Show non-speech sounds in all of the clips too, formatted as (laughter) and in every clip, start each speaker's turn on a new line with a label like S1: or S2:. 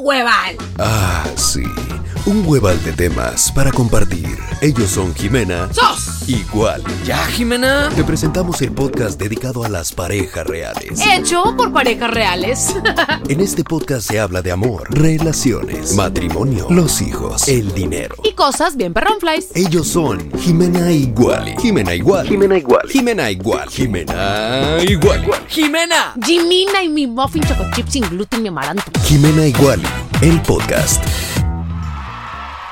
S1: hueval.
S2: Ah, sí, un hueval de temas para compartir. Ellos son Jimena
S1: ¡Sos!
S2: igual.
S3: Ya, Jimena.
S2: Te presentamos el podcast dedicado a las parejas reales.
S1: Hecho por parejas reales. (laughs)
S3: Eh.
S2: En este podcast se habla de amor, relaciones, matrimonio, los hijos, el dinero.
S1: y cosas bien perronflies.
S2: Ellos son Jimena Iguali. Jimena Iguali. Jimena Iguali. Jimena Iguali. Jimena Iguali.
S3: Jimena.
S1: Jimina y mi muffin choco chip sin gluten ni amaranto.
S2: Jimena Iguali. El podcast.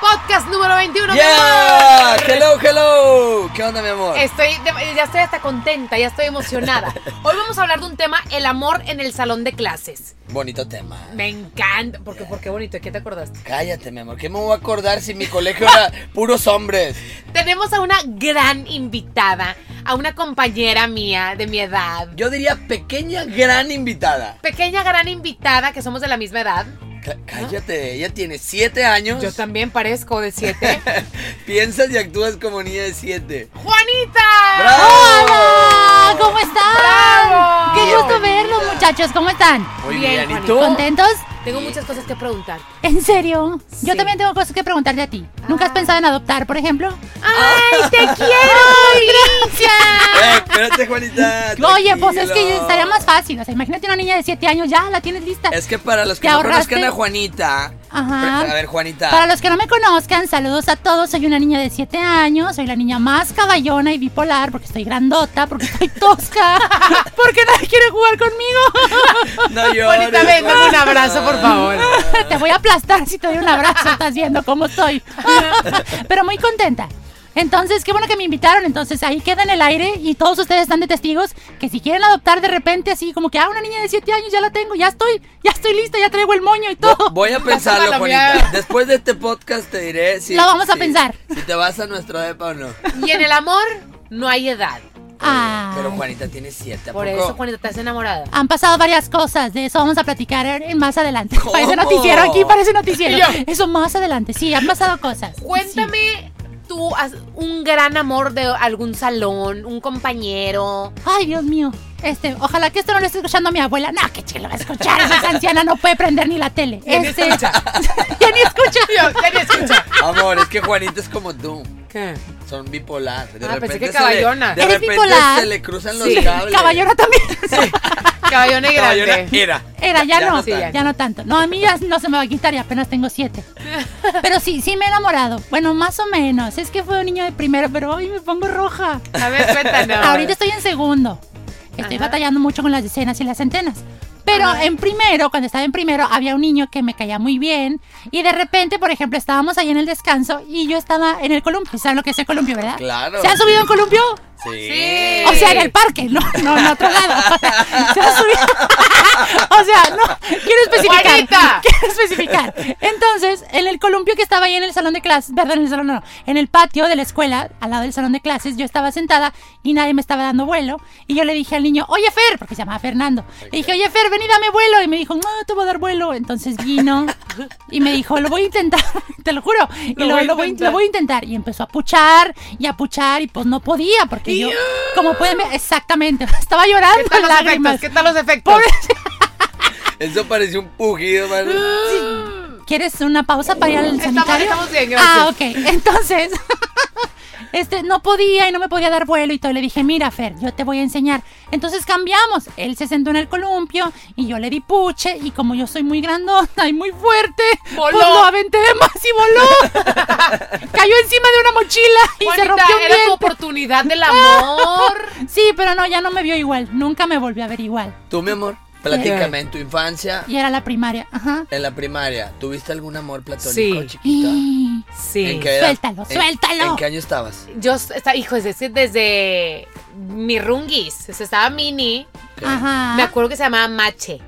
S1: Podcast número 21. mi
S3: Yeah.
S1: amor.
S3: Hello, hello. ¿Qué onda, mi amor?
S1: Estoy de- ya estoy hasta contenta, ya estoy emocionada. Hoy vamos a hablar de un tema, el amor en el salón de clases.
S3: Bonito tema.
S1: Me encanta, porque porque bonito, ¿qué te acordaste?
S3: Cállate, mi amor. ¿Qué me voy a acordar si mi colegio era
S1: (laughs)
S3: puros hombres?
S1: Tenemos a una gran invitada, a una compañera mía de mi edad.
S3: Yo diría pequeña gran invitada.
S1: Pequeña gran invitada, que somos de la misma edad.
S3: Cá- Cállate. Ella tiene siete años.
S1: Yo también parezco de siete.
S3: Piensas y actúas como niña de siete.
S1: ¡Juanita!
S3: ¡Bravo!
S4: ¡Hola! Ah, ¿Cómo están?
S1: ¡Bravo!
S4: ¡Qué gusto
S3: Bienvenida.
S4: verlos, muchachos! ¿Cómo están?
S3: Muy
S1: Bien,
S3: bien.
S1: Juanita.
S3: ¿Y tú?
S4: ¿Contentos?
S1: Tengo muchas cosas que preguntar.
S4: ¿En serio?
S1: Sí.
S4: Yo también tengo cosas que preguntarte a ti. ¿Nunca has
S1: Ah.
S4: pensado en adoptar, por ejemplo? Ah.
S1: ¡Ay,
S4: (laughs)
S1: te quiero, Alicia!
S3: Eh, espérate,
S1: (laughs)
S3: Juanita.
S4: Oye, pues es que
S3: tranquilo.
S4: estaría más fácil. O sea, imagínate una niña de 7 años, ya la tienes lista.
S3: Es que para los que
S4: ¿Te
S3: no
S4: ahorraste?
S3: conozcan a Juanita.
S4: Ajá.
S3: pre- A ver, Juanita.
S4: Para los que no me conozcan, saludos a todos. Soy una niña de 7 años, soy la niña más caballona y bipolar porque estoy grandota, porque estoy tosca, (laughs) porque nadie quiere jugar conmigo.
S3: No llores.
S1: Juanita, ven, dame un abrazo, por favor.
S4: (laughs) Te voy a aplastar si te doy un abrazo, estás viendo cómo estoy. (laughs) Pero muy contenta. Entonces, qué bueno que me invitaron. Entonces, ahí queda en el aire y todos ustedes están de testigos que si quieren adoptar de repente así, como que, ah, una niña de 7 años, ya la tengo, ya estoy, ya estoy lista, ya traigo el moño y todo.
S3: Voy a
S1: a
S3: pensarlo,
S1: la
S3: Juanita.
S1: mierda.
S3: Después de este podcast te diré si.
S4: Lo vamos a
S3: si-
S4: pensar.
S3: Si te vas a nuestro depa o no.
S1: Y en el amor no hay edad.
S4: Ah,
S3: Pero Juanita tiene siete. ¿a
S1: Por
S3: poco?
S1: eso, Juanita, estás enamorada.
S4: han pasado varias cosas, de eso vamos a platicar en-
S3: (laughs)
S4: más adelante.
S3: ¿Cómo?
S4: Parece noticiero aquí, parece
S3: (laughs)
S4: noticiero. Eso más adelante, sí, han pasado cosas. Sí.
S1: Cuéntame tú haz un gran amor de algún salón, un compañero.
S4: Ay, Dios mío. Este, ojalá que esto no lo esté escuchando mi abuela. No, que chelo va a escuchar. Esa anciana no puede prender ni la tele.
S1: Ya ni
S4: Este,
S1: escucha.
S4: (laughs) ya ni escucha.
S3: Amor, es que Juanita es como tú.
S1: ¿Qué?
S3: Son bipolar. De
S1: Ah,
S3: repente
S1: pensé que
S3: se
S1: caballona.
S3: Le, de
S4: ¿Eres
S3: repente
S4: bipolar?
S3: se le cruzan los
S1: Sí.
S4: (laughs)
S3: cables.
S1: (laughs)
S4: Caballona también.
S1: Caballón y
S3: Caballona
S1: grande.
S3: era.
S4: Era, ya, no,
S1: sí, ya.
S4: ya no tanto. No, a mí ya no se me va a quitar y apenas tengo siete. Pero sí, sí me he enamorado. Bueno, más o menos. Es que fue un niño de primero, pero hoy me pongo roja.
S1: A ver, cuéntanos.
S4: Ahorita estoy en segundo. Estoy
S1: Ajá.
S4: batallando mucho con las decenas y las centenas. Pero
S1: Ajá.
S4: en primero, cuando estaba en primero, había un niño que me caía muy bien. Y de repente, por ejemplo, estábamos ahí en el descanso y yo estaba en el columpio. ¿Saben lo que es el columpio, verdad?
S3: Claro.
S4: ¿Se han subido en columpio?
S3: Sí.
S1: Sí.
S4: O sea, en el parque, no, no, en otro lado.
S1: (laughs)
S4: O sea, se han subido. (laughs) O sea, no, quiero especificar.
S1: Juanita.
S4: Quiero especificar. Entonces, en el columpio que estaba ahí en el salón de clases, perdón, en el salón no, en el patio de la escuela, al lado del salón de clases, yo estaba sentada y nadie me estaba dando vuelo. Y yo le dije al niño, oye Fer, porque se llamaba Fernando. Le dije, oye Fer, ven y dame vuelo. Y me dijo, no, te voy a dar vuelo. Entonces vino y me dijo, lo voy a intentar, (laughs) te lo juro. Y
S1: Lo
S4: lo,
S1: voy a
S4: lo voy,
S1: intentar.
S4: lo voy a intentar. Y empezó a puchar y a puchar y pues no podía porque yo, como pueden ver, exactamente, (laughs) estaba
S1: ¿Qué
S4: llorando
S1: tal los efectos?
S4: lágrimas.
S1: ¿Qué tal los efectos?
S3: Eso pareció un pujido, man.
S1: (gasps)
S4: ¿Quieres una pausa para ir al
S1: Estamos-
S4: sanitario?
S1: estamos bien, gracias.
S4: ah, ok. (laughs) Entonces, este, no podía y no me podía dar vuelo y todo. Le dije, mira, Fer, yo te voy a enseñar. Entonces cambiamos. Él se sentó en el columpio y yo le di puche. Y como yo soy muy grandota y muy fuerte,
S1: Voló.
S4: pues lo aventé (laughs) de más y voló.
S1: (laughs)
S4: Cayó encima de una mochila (laughs) y
S1: Juanita,
S4: se rompió un
S1: era tu
S4: diente.
S1: oportunidad del amor.
S4: (laughs) Sí, pero no, ya no me vio igual. Nunca me volvió a ver igual.
S3: Tú, mi amor, platícame en tu infancia,
S4: Y era la primaria. Ajá.
S3: en la primaria, ¿tuviste algún amor platónico,
S1: Sí.
S3: chiquita?
S1: Sí.
S3: ¿En qué edad?
S4: Suéltalo,
S3: ¿En-
S4: suéltalo.
S3: ¿En qué año estabas?
S1: Yo está, hijo, es decir, desde mi rungis, o sea, estaba mini,
S4: Ajá.
S1: me acuerdo que se llamaba Mache,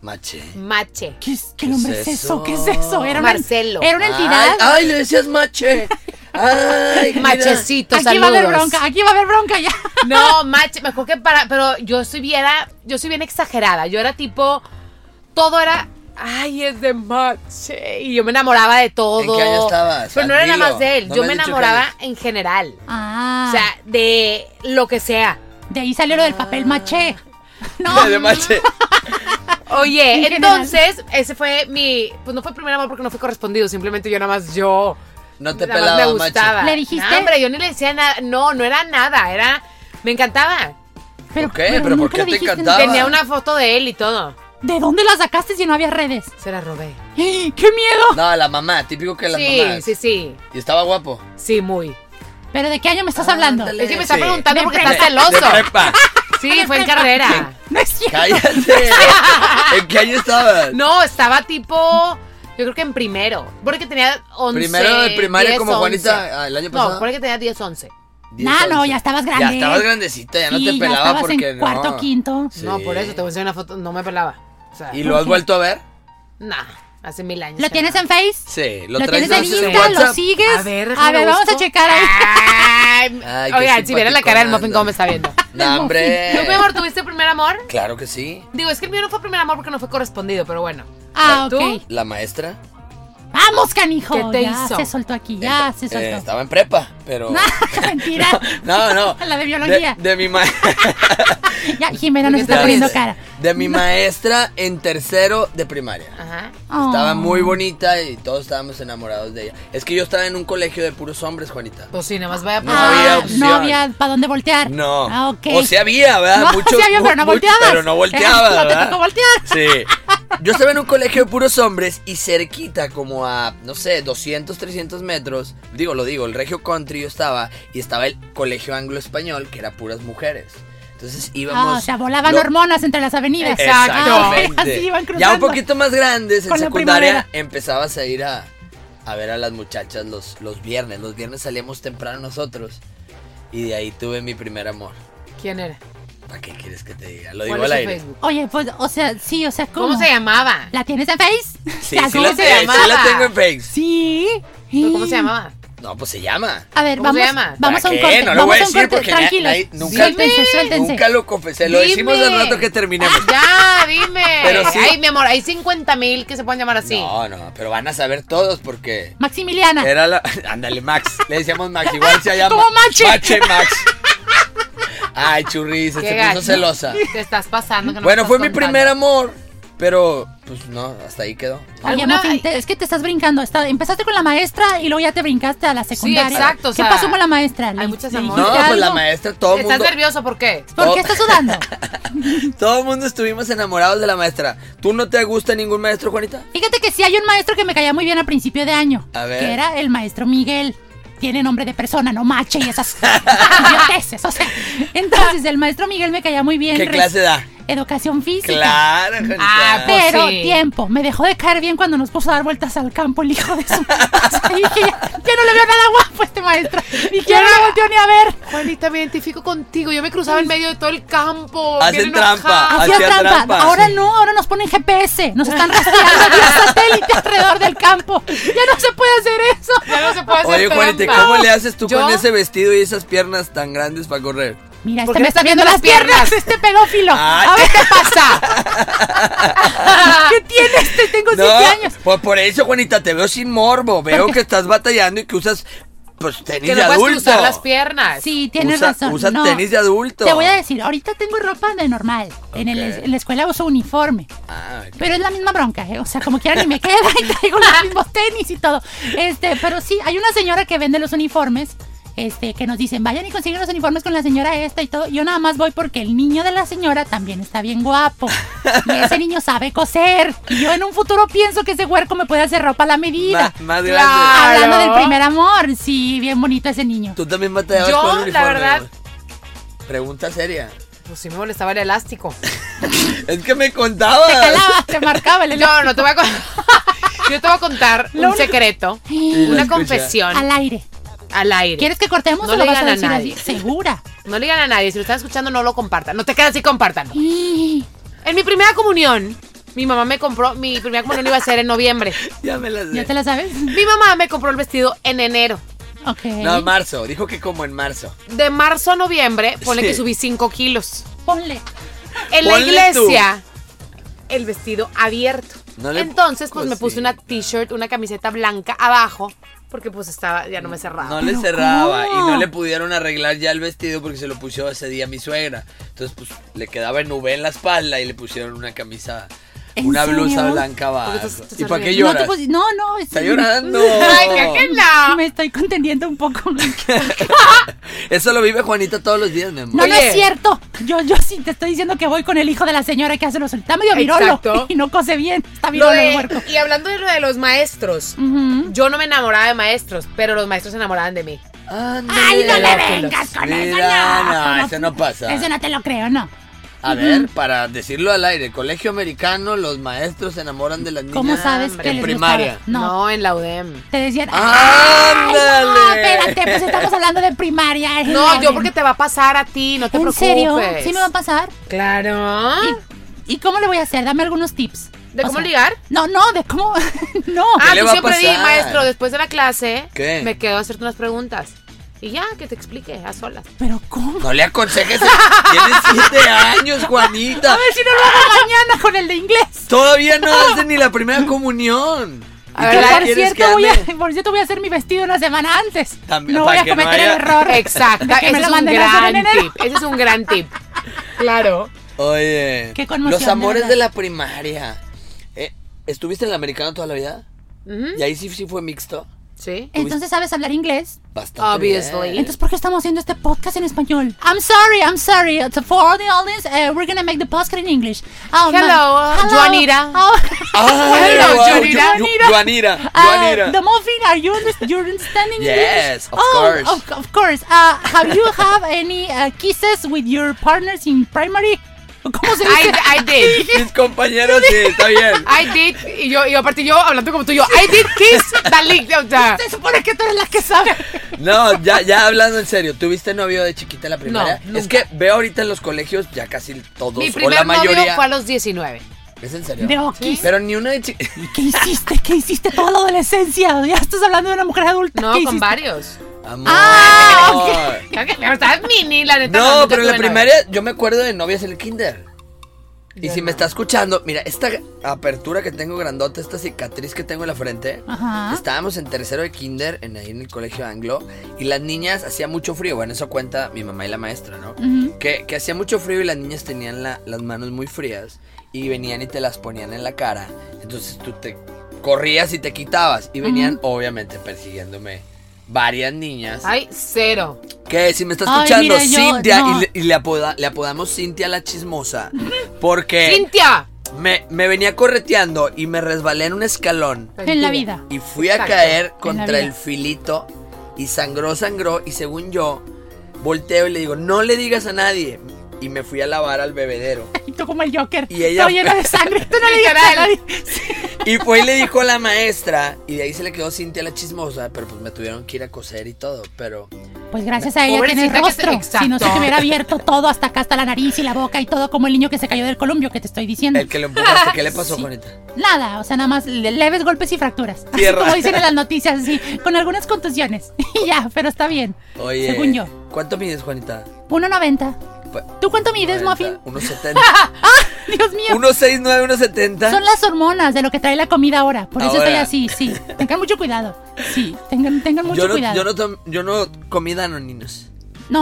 S3: Mache.
S1: Mache,
S4: ¿Qué, es-
S3: ¿Qué
S4: qué nombre
S3: es
S4: es
S3: eso?
S4: eso? ¿Qué es eso? Era una,
S1: Marcelo.
S4: era una entidad.
S3: Ay, ay, le decías mache. Ay, mira.
S1: Machecito,
S4: aquí va a
S1: saludos.
S4: haber bronca, aquí va a haber bronca ya. (laughs)
S1: No, Mache, me acuerdo que para, pero yo soy bien, era- yo soy bien exagerada, yo era tipo, todo era, ay, es de Mache, y yo me enamoraba de todo.
S3: ¿En qué año estabas?
S1: Pero no era
S3: Dilo,
S1: nada más de él,
S3: no
S1: yo
S3: me
S1: me
S3: has dicho qué
S1: enamoraba en general,
S4: Ah.
S1: o sea, de lo que sea.
S4: De ahí salió lo del
S3: ah.
S4: papel maché. No,
S3: (laughs) De mache.
S1: Oye,
S4: En general.
S1: entonces, ese fue mi. Pues no fue el primer amor porque no fue correspondido. Simplemente yo nada más yo.
S3: No te
S1: nada más
S3: pelaba,
S1: me
S3: macho.
S1: gustaba.
S4: ¿Le dijiste?
S1: No, hombre, yo ni le decía nada. No, no era nada. Era. Me encantaba.
S4: pero,
S3: ¿Por qué? ¿Pero por
S4: nunca
S3: qué te
S4: lo dijiste,
S3: encantaba?
S4: nunca-
S1: Tenía una foto de él y todo.
S4: ¿De dónde la sacaste si no había redes? (gasps)
S1: Se la robé.
S4: ¡Qué miedo!
S3: No, la mamá, típico que la
S1: sí,
S3: mamá.
S1: sí, sí.
S3: Y estaba guapo.
S1: Sí, muy.
S4: ¿Pero de qué año me estás hablando?
S3: Ándale.
S1: Es que me está
S3: Sí.
S1: preguntando
S4: De
S1: porque está
S4: prepa.
S3: De
S1: celoso.
S3: prepa.
S1: Sí, fue en carrera.
S4: (laughs) No es
S3: (laughs)
S4: cierto.
S3: Cállate. ¿En qué año estabas?
S1: No, estaba tipo. Yo creo que en primero. Porque tenía 11.
S3: Primero de primaria
S1: 10,
S3: como
S1: 11.
S3: Juanita, ah, el año
S1: No,
S3: pasado.
S1: porque tenía 10, 11.
S3: Diez,
S4: Nah, no,
S3: once.
S4: ya estabas grande.
S3: Ya estabas grandecita, ya no
S4: Sí,
S3: te pelaba
S4: estabas
S3: porque
S4: en
S3: no.
S4: cuarto, quinto.
S3: Sí.
S1: No, por eso te voy a enseñar una foto. No me pelaba. O sea,
S3: ¿Y lo has vuelto a ver?
S1: nah, hace mil años.
S4: ¿Lo
S1: que
S4: tienes
S1: no.
S4: en Face?
S3: Sí, lo,
S4: ¿Lo,
S3: traes
S4: tienes en
S3: entonces
S4: Insta? ¿Lo
S3: WhatsApp?
S4: sigues?
S1: A ver,
S4: a ver
S1: déjalo
S4: vamos a
S1: busco.
S4: checar ahí.
S1: Ay,
S3: Ay, qué
S1: Oigan, si vieran la cara del
S3: simpaticona
S1: Muffin, ¿cómo me
S3: andas.
S1: está viendo?
S3: No, hombre.
S1: ¿Tú, mi amor, tuviste primer amor?
S3: Claro que sí.
S1: Digo, es que el mío no fue primer amor porque no fue correspondido, pero bueno.
S4: Ah,
S1: ¿Tú?
S4: ok.
S3: La maestra
S4: Vamos, canijo.
S1: ¿Qué te
S4: ya
S1: hizo?
S4: se soltó aquí, ya Ah, se
S3: eh,
S4: soltó. (laughs)
S3: estaba en prepa, pero.
S4: Mentira.
S3: (laughs) No, no.
S4: (laughs) La de biología.
S3: De, de mi maestra. (laughs)
S4: Ya, Jimena nos
S1: ¿Qué
S4: está
S1: te
S4: poniendo
S1: hace?
S4: cara.
S3: De mi maestra en tercero de primaria.
S1: Ajá.
S4: Oh.
S3: Estaba muy bonita y todos estábamos enamorados de ella. Es que yo estaba en un colegio de puros hombres, Juanita.
S1: Pues sí, nada más vaya
S3: No
S1: por-
S3: había
S4: Ah,
S3: opción.
S4: No había para dónde voltear.
S3: No.
S4: Ah, ok.
S3: O sí había, ¿verdad?
S4: (laughs) No,
S3: Muchos-
S4: sí había, pero no
S3: mu- muchos,
S4: volteabas.
S3: Pero no
S4: (laughs)
S3: volteabas,
S4: No te
S3: ¿verdad?
S4: tocó voltear.
S3: Sí. Yo estaba en un colegio de puros hombres y cerquita, como a, no sé, 200, 300 metros. Digo, lo digo, el Regio Country yo estaba y estaba el colegio anglo-español, que era puras mujeres. Entonces íbamos.
S4: Ah, o sea, volaban
S3: lo-
S4: hormonas entre las avenidas. Ah, ok,
S3: Exactamente.
S4: (laughs) así iban
S3: ya
S4: cruzando.
S3: un poquito más grandes, en
S4: Con la
S3: secundaria,
S4: primavera.
S3: empezabas a ir a, a ver a las muchachas los, los viernes. Los viernes salíamos temprano nosotros. Y de ahí tuve mi primer amor.
S1: ¿Quién era?
S3: ¿Para qué quieres que te diga?
S1: ¿Cuál
S3: Lo digo
S1: es
S3: al
S1: su
S3: aire.
S1: Facebook?
S4: Oye, pues, o sea, sí, o sea, ¿cómo?
S1: ¿Cómo, se llamaba?
S4: ¿La tienes en Face?
S3: Sí,
S4: O sea,
S3: sí
S4: ¿cómo
S3: la,
S4: se
S3: te- sí
S1: llamaba?
S3: la tengo en Facebook.
S4: Sí.
S1: ¿Pero ¿Cómo se llamaba?
S3: No, pues se llama.
S4: A ver,
S1: ¿Cómo se
S4: vamos,
S1: llama?
S4: vamos a
S3: ¿Para
S4: un
S3: qué?
S4: corte.
S3: No lo
S4: vamos
S3: voy a
S4: a un
S3: decir
S4: corte,
S3: porque na-
S4: tranquilos.
S3: nadie- nunca-
S4: suéltense, suéltense.
S3: Nunca lo confesé, lo
S1: Dime. Ah,
S3: decimos al rato que terminamos.
S1: Ya, dime.
S3: Pero sí-
S1: Ay, mi amor, hay 50 mil que se pueden llamar así.
S3: No, no, pero van a saber todos porque
S4: Maximiliana.
S3: era la... (laughs) Ándale, Max. Le decíamos Max, igual se llama...
S4: Como Mache.
S3: Mache, Max. Ay, churris, se
S1: Qué
S3: te
S1: gacho.
S3: puso celosa.
S1: Te estás pasando. Que no
S3: Bueno,
S1: me
S3: fue mi
S1: estás contando.
S3: primer amor, pero pues no, hasta ahí quedó.
S4: Oye,
S1: ¿Alguna-
S4: Muffin, te- es que te estás brincando. Está- empezaste con la maestra y luego ya te brincaste a la secundaria.
S1: exacto, o
S4: ¿Qué
S1: sea,
S4: pasó con la maestra?
S1: hay muchas
S4: dijiste
S3: No, pues la
S4: algo?
S3: maestra, Oh. todo el
S1: ¿Estás
S3: mundo...
S1: nervioso por qué?
S4: ¿Por
S3: No.
S4: qué estás sudando?
S3: Todo el mundo estuvimos enamorados de la maestra. ¿Tú no te gusta ningún maestro, Juanita?
S4: Fíjate que sí hay un maestro que me caía muy bien a principio de año.
S3: A ver.
S4: Que era el maestro Miguel. Tiene nombre de persona, no mache y
S3: (laughs)
S4: esas idioteces. O sea, entonces el maestro Miguel me caía muy bien.
S3: ¿Qué
S4: Re-
S3: clase da?
S4: Educación física.
S3: Claro, Juanita.
S1: Ah, pues,
S4: Pero
S1: sí.
S4: tiempo, me dejó de caer bien cuando nos puso a dar vueltas al campo el hijo de su. (laughs) O sea, dije, ya, ya no le veo nada guapo a este maestro. Y que ya no le volteó ni a ver.
S1: Juanita, me identifico contigo. Yo me cruzaba en medio de todo el campo.
S3: Hacen
S1: bien enojada.
S3: trampa.
S4: Hacía
S3: Hacía
S4: trampa.
S3: trampa.
S4: Ahora no, ahora nos ponen GPS. Nos están rastreando
S1: (laughs)
S4: vía satélite alrededor del campo. Ya no se puede hacer eso.
S1: Ya no se puede hacer
S3: Oye, Juanita,
S1: trampa.
S3: ¿cómo le haces tú
S1: Yo-
S3: con ese vestido y esas piernas tan grandes para correr?
S4: Mira,
S1: ¿Por
S4: este
S1: qué
S4: me
S1: me
S4: está
S1: estás
S4: viendo las piernas, este pedófilo.
S3: Ay.
S1: Ah.
S4: A ver qué
S1: (laughs)
S4: pasa. (laughs) ¿Qué tiene este? Tengo siete años.
S3: pues por eso, Juanita, te veo sin morbo. Veo que estás batallando y que usas pues tenis
S1: Que
S3: de
S1: no puedes
S3: adulto.
S1: cruzar las piernas.
S4: Sí, tienes
S3: Usa-
S4: razón.
S3: usa
S4: no.
S3: tenis de adulto.
S4: Te voy a decir, ahorita tengo ropa de normal. En, el-
S3: Ok.
S4: en la escuela uso uniforme.
S3: Ah,
S4: Pero es la misma bronca, ¿eh? O sea, como quieran y me queda y traigo los mismos tenis y todo. Este, pero sí, hay una señora que vende los uniformes, este, que nos dicen, vayan y consiguen los uniformes con la señora esta y todo. Yo nada más voy porque el niño de la señora también está bien guapo. Y ese niño sabe coser. Y yo en un futuro pienso que ese huerco me puede hacer ropa a la medida.
S3: ma- más grande.
S1: Claro.
S4: Hablando del primer amor, sí, bien bonito ese niño.
S3: Tú también batallabas
S1: Yo,
S3: con el
S1: la
S3: uniforme,
S1: verdad-
S3: güey. Pregunta seria.
S1: Pues sí me molestaba el elástico.
S3: Es que me
S4: Te
S3: contabas.
S4: calaba, te
S3: (laughs)
S4: marcaba (laughs) el
S1: No, no te voy a contar. (laughs) Yo te voy a
S4: (laughs)
S1: contar
S4: Lo
S1: un
S4: único-
S1: secreto,
S3: Lo
S1: una
S3: escucha.
S1: confesión
S4: Al aire.
S1: al aire.
S4: ¿Quieres que cortemos
S1: No
S4: o lo
S1: le
S4: vas a
S1: digan a
S4: decir
S1: nadie.
S4: así? Segura.
S1: No le digan a nadie, si lo están escuchando no lo compartan. No te quedas así, compartan.
S4: Y-
S1: En mi primera comunión, mi mamá me compró, mi primera comunión iba a ser en noviembre.
S3: Ya me las
S4: ¿Ya te la sabes?
S1: Mi mamá me compró el vestido en enero.
S4: Ok.
S3: No, marzo. Dijo que como en marzo.
S1: De marzo a noviembre, pone
S3: Sí.
S1: que subí 5 kilos.
S4: Ponle.
S1: En la
S3: Ponle
S1: iglesia, el vestido abierto.
S3: No le-
S1: Entonces, pues me
S3: pues,
S1: puse
S3: sí.
S1: una t-shirt, una camiseta blanca abajo Porque pues estaba, ya no me cerraba.
S3: No le
S4: Ah, ¿Pero
S3: cerraba
S4: cómo?
S3: y no le pudieron arreglar ya el vestido porque se lo puso ese día mi suegra. Entonces, pues le quedaba en nube en la espalda y le pusieron una camisa,
S4: ¿En
S3: una
S4: serio?
S3: blusa blanca
S1: Porque
S3: bajo.
S1: tú estás
S3: ¿Y para qué
S4: No, te
S3: lloras?
S4: pus- no, no. es-
S3: Está
S4: (laughs)
S3: llorando.
S1: Ay, ¿qué, qué no?
S4: Me estoy contendiendo un poco.
S3: (laughs) Eso lo vive Juanita todos los días, mi amor.
S4: No, no
S1: Oye.
S4: es cierto. Yo, yo sí te estoy diciendo que voy con el hijo de la señora que hace los. Está medio virolo.
S1: Exacto.
S4: (laughs) Y no cose bien. Está
S1: Lo
S4: virolo el
S1: de-
S4: huerco.
S1: y hablando de lo de los maestros,
S4: Ujú.
S1: yo no me enamoraba de maestros, pero los maestros se enamoraban de mí.
S3: Ándale.
S4: Ay, no le
S1: Relájelos.
S4: vengas con eso.
S3: Mira,
S4: No,
S3: no, eso no pasa.
S4: Eso no te lo creo, no.
S3: A ver, para decirlo al aire, colegio americano, los maestros se enamoran de las niñas
S4: ¿Cómo sabes que
S3: en
S4: les
S3: primaria.
S4: gustaba? No.
S1: en la E UDEM.
S4: Te decían. ¡Ay,
S3: ¡Ándale!
S4: no! Espérate, pues estamos hablando de primaria. es
S1: No,
S4: la
S1: yo
S4: de-
S1: porque te va a pasar a ti, no te
S4: ¿En
S1: preocupes.
S4: serio? ¿Sí me va a pasar? Ah.
S1: Claro.
S4: ¿Y cómo le voy a hacer? Dame algunos tips.
S1: ¿De
S4: O
S1: cómo
S4: sea,
S1: ligar?
S4: No, no, de cómo. (laughs) no.
S1: Ah,
S3: le
S1: yo
S3: va a
S1: siempre di,
S3: pasar?
S1: maestro, después de la clase,
S3: ¿Qué?
S1: me quedo a hacerte unas preguntas. Y ya, que te explique a solas.
S4: Pero ¿cómo?
S3: No le aconsejes. Tienes siete años, Juanita.
S4: A ver si no lo hago mañana con el de inglés.
S3: Todavía no haces ni la primera comunión.
S1: A
S3: ¿Y
S1: ver,
S3: qué
S1: la-
S4: por,
S3: quieres
S4: cierto,
S3: que
S4: voy a,
S3: ande?
S4: por cierto, voy a hacer mi vestido una semana antes.
S3: También,
S4: no voy
S3: para
S4: a
S3: que no
S4: cometer
S3: haya-
S4: el error.
S1: Exacto,
S4: que me
S1: ese
S4: lo
S1: es un
S4: manden a hacer en
S1: gran
S4: enero.
S1: tip. Ese es un gran tip. Claro.
S3: Oye,
S4: Qué conmoción,
S3: los
S4: de
S3: amores
S4: verdad.
S3: de la primaria. Eh, ¿Estuviste en el americano toda la vida?
S1: Ujú,
S3: ¿Y ahí sí, sí fue mixto?
S1: Sí.
S4: Entonces, ¿sabes hablar inglés?
S3: Bastante.
S1: Obviously.
S3: bien.
S1: (laughs)
S4: Entonces, ¿por qué estamos haciendo este podcast en español? I'm sorry, I'm sorry. So for the audience, eh, we're gonna make the podcast in English. Oh,
S1: Hello,
S4: man.
S1: Joanita.
S4: Oh. (laughs)
S3: Ay,
S1: Hello,
S3: wow,
S1: Joanira. Ah,
S3: Yo- yo- Joanira.
S4: Uh,
S3: Joanira.
S4: the muffin, are you under- you're understanding
S3: Yes,
S4: English?
S3: of
S4: oh,
S3: course.
S4: Of, of course. Uh, have you have any uh, kisses with your partners in primary? ¿Cómo se dice?
S1: I, I did.
S3: Mis compañeros, sí, está bien.
S1: I did. Y yo, y aparte yo, hablando como tú, yo, I did kiss the lick. O sea,
S4: Se supone que tú eres la que sabe.
S3: No, ya, ya hablando en serio, ¿tuviste novio de chiquita en la primaria?
S1: No,
S3: es que veo ahorita en los colegios ya casi todos
S1: mi
S3: o la
S1: primer novio
S3: mayoría.
S1: fue a los 19.
S3: ¿Es en serio?
S4: De Oquis.
S3: Pero ni una de chiquita.
S4: ¿Qué hiciste? ¿Qué hiciste toda la adolescencia? Ya estás hablando de una mujer adulta.
S1: No,
S4: ¿Qué
S1: con
S4: hiciste?
S1: varios.
S3: Amor.
S4: (laughs) Ah,
S1: Creo que pero estabas mini, la neta.
S3: No,
S1: nunca
S3: pero en la
S1: tuve novio.
S3: primaria yo me acuerdo de novias en el kinder. Y si me está escuchando, mira, esta apertura que tengo grandota, esta cicatriz que tengo en la frente,
S4: Ajá.
S3: estábamos en tercero de kinder, en ahí en el colegio anglo, y las niñas hacía mucho frío, bueno, eso cuenta mi mamá y la maestra, ¿no? que, que hacía mucho frío y las niñas tenían la- las manos muy frías y venían y te las ponían en la cara, entonces tú te corrías y te quitabas, y venían obviamente persiguiéndome varias niñas.
S1: Ay, cero.
S3: Que si me está
S4: Ay,
S3: escuchando,
S4: mira, yo-
S3: Cintia,
S4: no.
S3: y, le, y le apoda- le apodamos Cintia la chismosa, porque
S1: ¡Cintia!
S3: me, me venía correteando y me resbalé en un escalón
S4: En la vida.
S3: y fui a
S1: Exacto,
S3: caer
S4: vida.
S3: contra el filito y sangró, sangró y según yo, volteo y le digo, no le digas a nadie. Y me fui a lavar al bebedero.
S4: Y tú como el Joker.
S3: Y ella-
S4: Todo lleno de sangre. Tú no le digas a
S1: Literal.
S4: nadie.
S3: Y fue y le dijo a la maestra, y de ahí se le quedó Cintia la chismosa, pero pues me tuvieron que ir a coser y todo, pero...
S4: Pues gracias a ella tiene
S1: Pobrecita que te-
S4: rostro. Si no se te
S1: Exacto.
S4: hubiera abierto todo hasta acá, hasta la nariz y la boca y todo, como el niño que se cayó del columpio que te estoy diciendo.
S3: El que lo empujaste, ¿qué le pasó,
S4: (laughs) Sí.
S3: Juanita?
S4: Nada, o sea, nada más le- leves golpes y fracturas. Así
S3: Tierra.
S4: como dicen en las noticias, así, con algunas contusiones. (laughs) Y ya, pero está bien.
S3: Oye.
S4: Según yo.
S3: ¿Cuánto mides, Juanita? Pues,
S4: 1.90.
S3: Pa-
S4: ¿Tú cuánto mides, Muffin?
S3: 1.70.
S4: (laughs) Dios mío.
S3: 1.69, 1.70.
S4: Son las hormonas de lo que trae la comida ahora. Por eso
S3: Ahora.
S4: estoy así, sí. Tengan mucho cuidado. Sí, tengan, tengan mucho
S3: yo no,
S4: cuidado.
S3: Yo
S4: no...
S3: no, tom- yo no comí danoninos.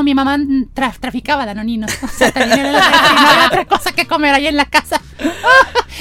S4: mi mamá tra- traficaba danoninos. O sea, también era, la- no había otra cosa que comer ahí en la casa. (laughs)